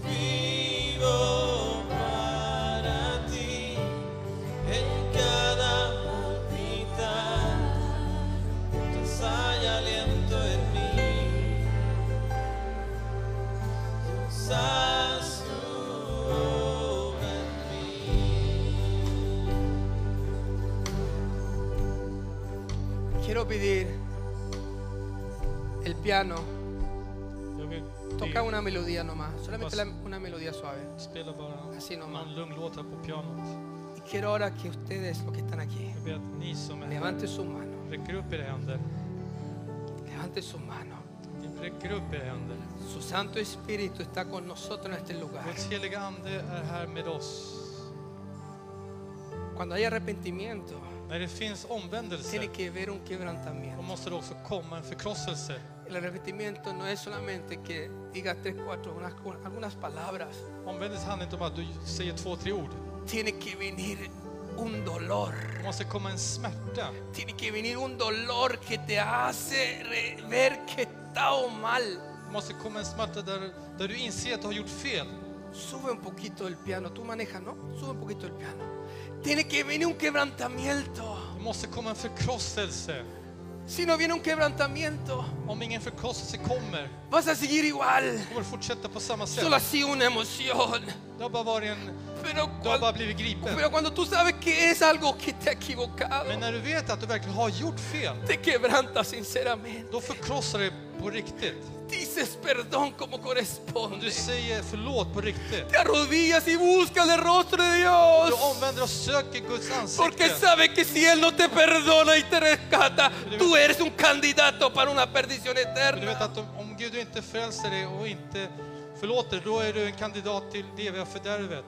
Speaker 3: Vivo para ti en cada palpitar, mientras hay aliento en mí. Dios, haz tu obra en mí.
Speaker 1: Quiero pedir el piano.
Speaker 2: Jag vill
Speaker 1: Toca una melodía nomás. Solamente
Speaker 2: Vas-
Speaker 1: la- una melodía suave.
Speaker 2: spela
Speaker 1: Así
Speaker 2: bara
Speaker 1: nomás.
Speaker 2: någon lugn låt här på pianot.
Speaker 1: Y quiero ahora que ustedes, los que están aquí,
Speaker 2: Jag ber att ni som är här,
Speaker 1: levante su mano.
Speaker 2: räcker upp era händer.
Speaker 1: Levante su mano.
Speaker 2: Ni räcker upp era händer.
Speaker 1: Su Santo Espíritu está con nosotros en este lugar.
Speaker 2: Guds heliga Ande är här med oss.
Speaker 1: Cuando hay arrepentimiento,
Speaker 2: När det finns omvändelse,
Speaker 1: tiene que haber un
Speaker 2: då
Speaker 1: quebrantamiento.
Speaker 2: måste det också komma en förkrosselse.
Speaker 1: El arrepentimiento no es solamente que digas tres, cuatro, unas- algunas palabras.
Speaker 2: Omvändelse handlar inte om att du säger två, tre ord.
Speaker 1: Tiene que venir un dolor.
Speaker 2: Det måste komma en smärta.
Speaker 1: Tiene que venir un dolor que te hace re- ver que está o mal.
Speaker 2: Det måste komma en smärta där, där du inser att du har gjort fel.
Speaker 1: Sube un poquito el piano. Tú manejas, ¿no? Sube un poquito el piano. Tiene que venir un quebrantamiento.
Speaker 2: Det måste komma en förkrosselse.
Speaker 1: Si no viene un quebrantamiento,
Speaker 2: Om ingen förkrosselse kommer,
Speaker 1: vas a seguir igual.
Speaker 2: kommer du fortsätta på samma sätt.
Speaker 1: Solo ha sido una emoción.
Speaker 2: Det har bara varit en...
Speaker 1: Pero
Speaker 2: Du har bara
Speaker 1: cuando,
Speaker 2: blivit gripen.
Speaker 1: pero cuando tú sabes que es algo que te ha equivocado,
Speaker 2: Men när du vet att du verkligen har gjort fel,
Speaker 1: te quebrantas sinceramente.
Speaker 2: då förkrossar det på riktigt.
Speaker 1: Dices perdón como
Speaker 2: Du
Speaker 1: corresponde.
Speaker 2: säger förlåt på riktigt.
Speaker 1: Te arrodillas y buscas el rostro de
Speaker 2: Du
Speaker 1: Dios.
Speaker 2: omvänder och söker Guds
Speaker 1: Porque
Speaker 2: ansikte.
Speaker 1: sabe que si Él no te perdona y te rescata, tú eres un candidato para una perdición
Speaker 2: Men du vet
Speaker 1: eterna.
Speaker 2: att om, om Gud inte frälser dig och inte förlåter dig, då är du en kandidat till det eviga fördärvet.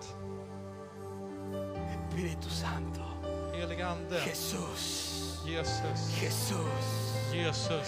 Speaker 1: Espíritu Santo,
Speaker 2: Helige Ande,
Speaker 1: Jesús,
Speaker 2: Jesus,
Speaker 1: Jesús,
Speaker 2: Jesus,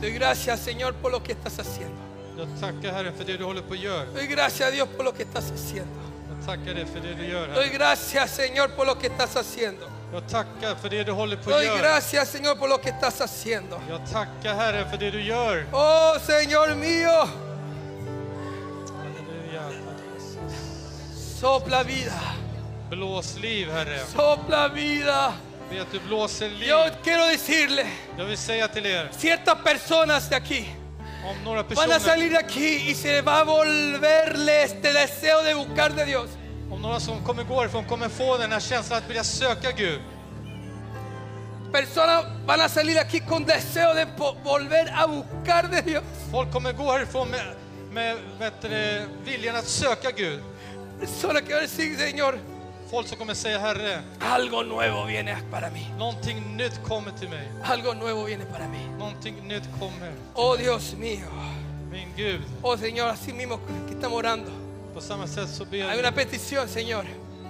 Speaker 1: doy gracias Señor por lo que estás haciendo.
Speaker 2: Jag tackar Herren för det du håller på och gör.
Speaker 1: Doy gracias a Dios por lo que estás haciendo.
Speaker 2: Jag tackar dig för det du gör
Speaker 1: Doy
Speaker 2: Herre.
Speaker 1: gracias Señor por lo que estás haciendo.
Speaker 2: Jag tackar för det du håller på och
Speaker 1: Doy
Speaker 2: gör.
Speaker 1: gracias Señor por lo que estás haciendo.
Speaker 2: Jag tackar Herren för det du gör.
Speaker 1: Oh Señor mío,
Speaker 2: Halleluja. Tack, Jesus.
Speaker 1: sopla vida,
Speaker 2: Blås liv Herre.
Speaker 1: sopla vida.
Speaker 2: Be att du blåser liv.
Speaker 1: Yo quiero decirle,
Speaker 2: Jag vill säga till er.
Speaker 1: ciertas personas de aquí
Speaker 2: Om
Speaker 1: van
Speaker 2: några
Speaker 1: a
Speaker 2: personer.
Speaker 1: salir de aquí y se va a volverle este deseo de buscar de Dios.
Speaker 2: Om några som kommer gå ifrån kommer få den här känslan att vilja söka Gud.
Speaker 1: Personas van a salir de aquí con deseo de po- volver a buscar de Dios.
Speaker 2: Folk kommer gå härifrån med, med vet du, det, viljan att söka Gud.
Speaker 1: Personas que van a decir, Señor,
Speaker 2: Folk som kommer säga Herre,
Speaker 1: algo nuevo viene para mí.
Speaker 2: någonting nytt kommer till mig.
Speaker 1: Algo nuevo viene para mí.
Speaker 2: Någonting nytt kommer.
Speaker 1: Oh Dios mío,
Speaker 2: Min Gud,
Speaker 1: Oh Señor, así mismo que estamos orando.
Speaker 2: på samma sätt så ber
Speaker 1: Hay
Speaker 2: jag.
Speaker 1: una petición, Señor.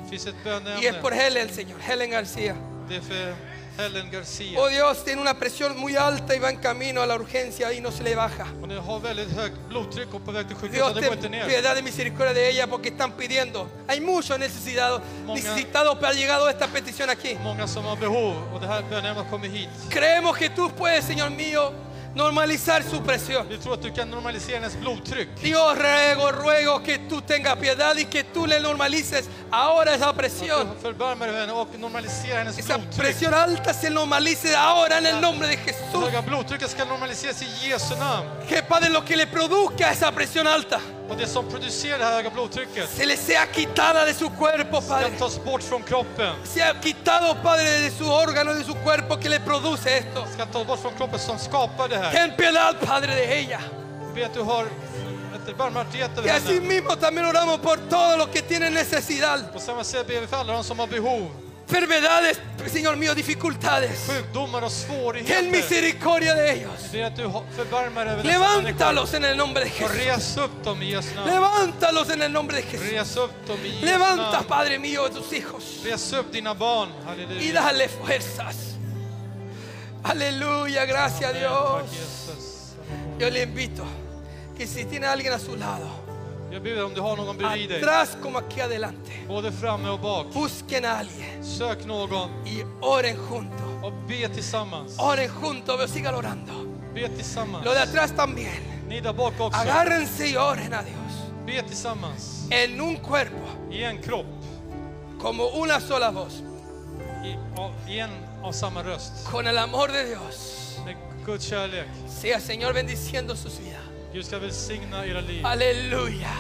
Speaker 2: Det finns ett
Speaker 1: Y es por
Speaker 2: böneämne.
Speaker 1: Helen, Señor. Helen García.
Speaker 2: Det är för Helen
Speaker 1: Oh
Speaker 2: Garcia.
Speaker 1: Dios, tiene una presión muy alta y va en camino a la urgencia y no se le baja.
Speaker 2: Hon har väldigt högt blodtryck och på väg till
Speaker 1: Dios,
Speaker 2: sjukhuset. Det går
Speaker 1: ten
Speaker 2: inte ner.
Speaker 1: piedad y misericordia de ella porque están pidiendo. Hay muchos necesitados,
Speaker 2: Monga-
Speaker 1: necesitados para llegado esta petición aquí.
Speaker 2: Många som har behov och det här böneämnet kommer hit.
Speaker 1: Creemos que tú puedes, Señor mío, normalizar su presión.
Speaker 2: Vi tror att du kan normalisera hennes blodtryck.
Speaker 1: Dios, ruego, ruego que tú tengas piedad y que tú le normalices ahora esa presión.
Speaker 2: Att du Förbarmar dig över henne och normalisera hennes
Speaker 1: Esa
Speaker 2: blodtryck.
Speaker 1: presión alta se normalice ahora en el nombre de Jesús.
Speaker 2: Höga blodtrycket ska normaliseras i Jesu namn.
Speaker 1: Que Padre, lo que le produzca esa presión alta
Speaker 2: Och det som producerar det här höga blodtrycket
Speaker 1: se le sea quitada de su cuerpo,
Speaker 2: ska
Speaker 1: Padre.
Speaker 2: tas bort från kroppen.
Speaker 1: Sea quitado, Padre, de su órgano, de su cuerpo que le produce esto.
Speaker 2: Ska tas bort från kroppen som skapar det här.
Speaker 1: Ten piedad, Padre, de ella.
Speaker 2: Be att du har ett barmhärtighet
Speaker 1: Y
Speaker 2: över
Speaker 1: así
Speaker 2: henne.
Speaker 1: mismo también oramos por todos los que tienen necesidad,
Speaker 2: På samma sätt ber vi för alla de som har behov,
Speaker 1: enfermedades, Señor mío, dificultades.
Speaker 2: sjukdomar och
Speaker 1: Ten
Speaker 2: svårigheter.
Speaker 1: misericordia de ellos.
Speaker 2: Be att du har- förbarmar dig över dessa människor.
Speaker 1: Levántalos en el nombre de
Speaker 2: Och
Speaker 1: Jesús.
Speaker 2: res upp dem i Jesu namn.
Speaker 1: Levántalos en el nombre de Jesús.
Speaker 2: Res upp dem i Jesu
Speaker 1: Levanta,
Speaker 2: namn.
Speaker 1: Padre mío, a tus hijos
Speaker 2: Res upp dina barn.
Speaker 1: y
Speaker 2: Halleluja.
Speaker 1: dale fuerzas. Aleluya, gracias a
Speaker 2: Tack
Speaker 1: Dios.
Speaker 2: Jesus.
Speaker 1: Yo le invito que si tiene alguien a su lado,
Speaker 2: Jag ber om du har någon bredvid dig.
Speaker 1: atrás como aquí adelante,
Speaker 2: Både framme och bak.
Speaker 1: busquen a alguien
Speaker 2: Sök någon
Speaker 1: y oren juntos.
Speaker 2: och be tillsammans.
Speaker 1: Oren juntos, pero sigan orando.
Speaker 2: Be tillsammans.
Speaker 1: Lo de atrás también.
Speaker 2: Ni där bak också.
Speaker 1: Agárrense y oren a Dios
Speaker 2: Be tillsammans.
Speaker 1: en un cuerpo,
Speaker 2: I en kropp.
Speaker 1: como una sola voz,
Speaker 2: I, av, I en av samma röst.
Speaker 1: con el amor de Dios.
Speaker 2: Med Guds kärlek.
Speaker 1: Sea Señor bendiciendo sus vidas.
Speaker 2: Gud ska välsigna era liv.
Speaker 1: Aleluya.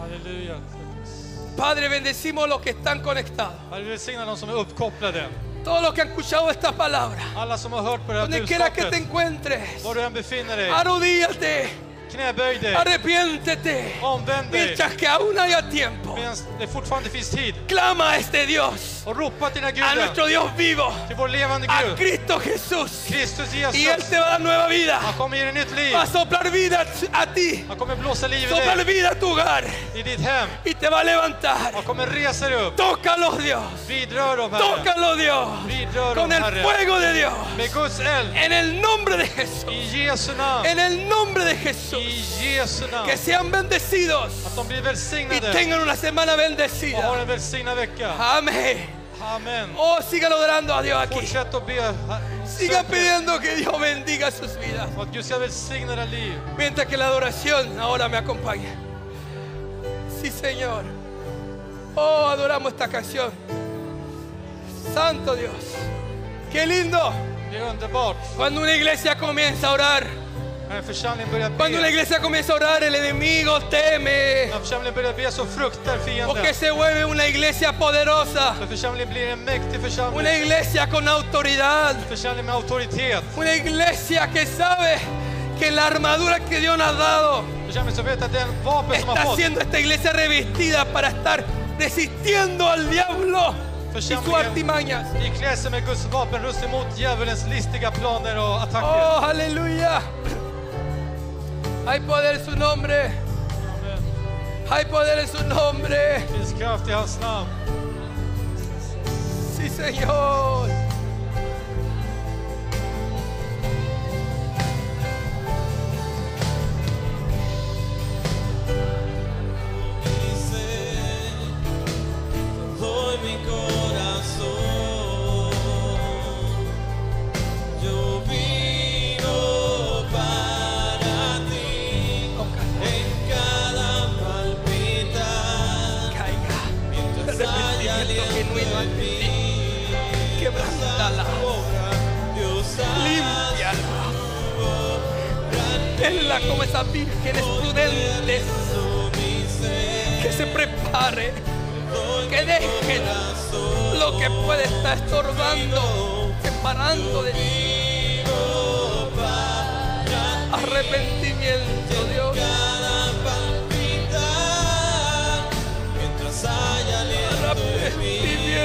Speaker 2: Halleluja. Jesus.
Speaker 1: Padre, bendecimos los que están conectados.
Speaker 2: Herre, välsigna de som är uppkopplade.
Speaker 1: Todos los que han escuchado esta palabra.
Speaker 2: Alla som har hört på det här
Speaker 1: Donde quiera que te
Speaker 2: budskapet.
Speaker 1: encuentres,
Speaker 2: Var du än befinner dig.
Speaker 1: arrodíllate,
Speaker 2: Knäböj dig.
Speaker 1: arrepiéntete.
Speaker 2: Omvänd dig.
Speaker 1: Mientras que aún haya tiempo,
Speaker 2: Medan det fortfarande finns tid.
Speaker 1: clama a este Dios,
Speaker 2: Och ropa till dina
Speaker 1: a
Speaker 2: gudar.
Speaker 1: nuestro Dios vivo,
Speaker 2: Till vår levande
Speaker 1: a
Speaker 2: Gud.
Speaker 1: Cristo Jesús.
Speaker 2: Kristus
Speaker 1: Y Él
Speaker 2: Jesus.
Speaker 1: te va a dar nueva
Speaker 2: Han
Speaker 1: vida.
Speaker 2: kommer ge dig nytt liv.
Speaker 1: Va a soplar vida a ti.
Speaker 2: Han kommer blåsa liv i
Speaker 1: Soplar
Speaker 2: dig,
Speaker 1: vida a tu hogar.
Speaker 2: i ditt hem.
Speaker 1: Y te va a levantar.
Speaker 2: Han kommer resa dig upp.
Speaker 1: Tócalos, Dios.
Speaker 2: Vidrör dem, Herre.
Speaker 1: Tócalo Dios
Speaker 2: Vidrör
Speaker 1: con
Speaker 2: dem,
Speaker 1: el
Speaker 2: Herre.
Speaker 1: fuego de Dios.
Speaker 2: Med Guds eld.
Speaker 1: En el nombre de Jesús.
Speaker 2: I Jesu namn.
Speaker 1: En el nombre de
Speaker 2: I
Speaker 1: Jesús.
Speaker 2: Jesu namn.
Speaker 1: Que sean bendecidos
Speaker 2: Att de blir
Speaker 1: y
Speaker 2: välsignade
Speaker 1: tengan una semana
Speaker 2: och har
Speaker 1: bendecida.
Speaker 2: en välsignad vecka.
Speaker 1: Amén.
Speaker 2: Amen.
Speaker 1: Oh, sigan adorando a Dios aquí.
Speaker 2: Fortsätt att be. Herre.
Speaker 1: Sigan
Speaker 2: Sök det.
Speaker 1: pidiendo que Dios bendiga sus vidas.
Speaker 2: Och att Gud ska välsigna era liv.
Speaker 1: Mientras que la adoración ahora me acompaña. Sí, Señor. Oh, adoramos esta canción. Santo Dios. Qué lindo
Speaker 2: Det är underbart.
Speaker 1: cuando una iglesia comienza a orar.
Speaker 2: När en församling börjar
Speaker 1: Cuando la
Speaker 2: be.
Speaker 1: iglesia comienza a orar, el enemigo teme.
Speaker 2: När församlingen börjar be så fruktar
Speaker 1: Porque
Speaker 2: fienden.
Speaker 1: se vuelve una iglesia poderosa,
Speaker 2: För församlingen blir en mäktig
Speaker 1: una
Speaker 2: församling.
Speaker 1: iglesia con autoridad,
Speaker 2: Församling med auktoritet.
Speaker 1: una iglesia que sabe que la armadura que Dios nos ha dado
Speaker 2: Församlingen som vet att den vapen som har
Speaker 1: está
Speaker 2: fått
Speaker 1: siendo esta iglesia revestida para estar resistiendo al diablo y sus artimañas.
Speaker 2: Vi klär sig med Guds vapenrustning mot djävulens listiga planer och attacker.
Speaker 1: Oh, aleluya. Hay poder en su nombre.
Speaker 2: Amen.
Speaker 1: Hay poder en su nombre.
Speaker 2: Det finns kraft i hans namn.
Speaker 1: Sí, Señor.
Speaker 3: Dice, te doy mi corazón, yo vino para ti en cada palpitar,
Speaker 1: Caiga.
Speaker 3: mientras hay
Speaker 1: Arrepentimiento genuino
Speaker 3: aliento
Speaker 1: en
Speaker 3: en
Speaker 1: ti.
Speaker 3: mí,
Speaker 1: Quebrántala.
Speaker 3: obra, Dios
Speaker 1: Límpiala. Tenla como esas vírgenes prudentes
Speaker 3: alzó mi ser,
Speaker 1: que se prepare,
Speaker 3: doy
Speaker 1: que dejen lo que puede estar estorbando, separando de ti.
Speaker 3: vino para
Speaker 1: Arrepentimiento, Dios.
Speaker 3: cada palpitar mientras haya aliento en mí.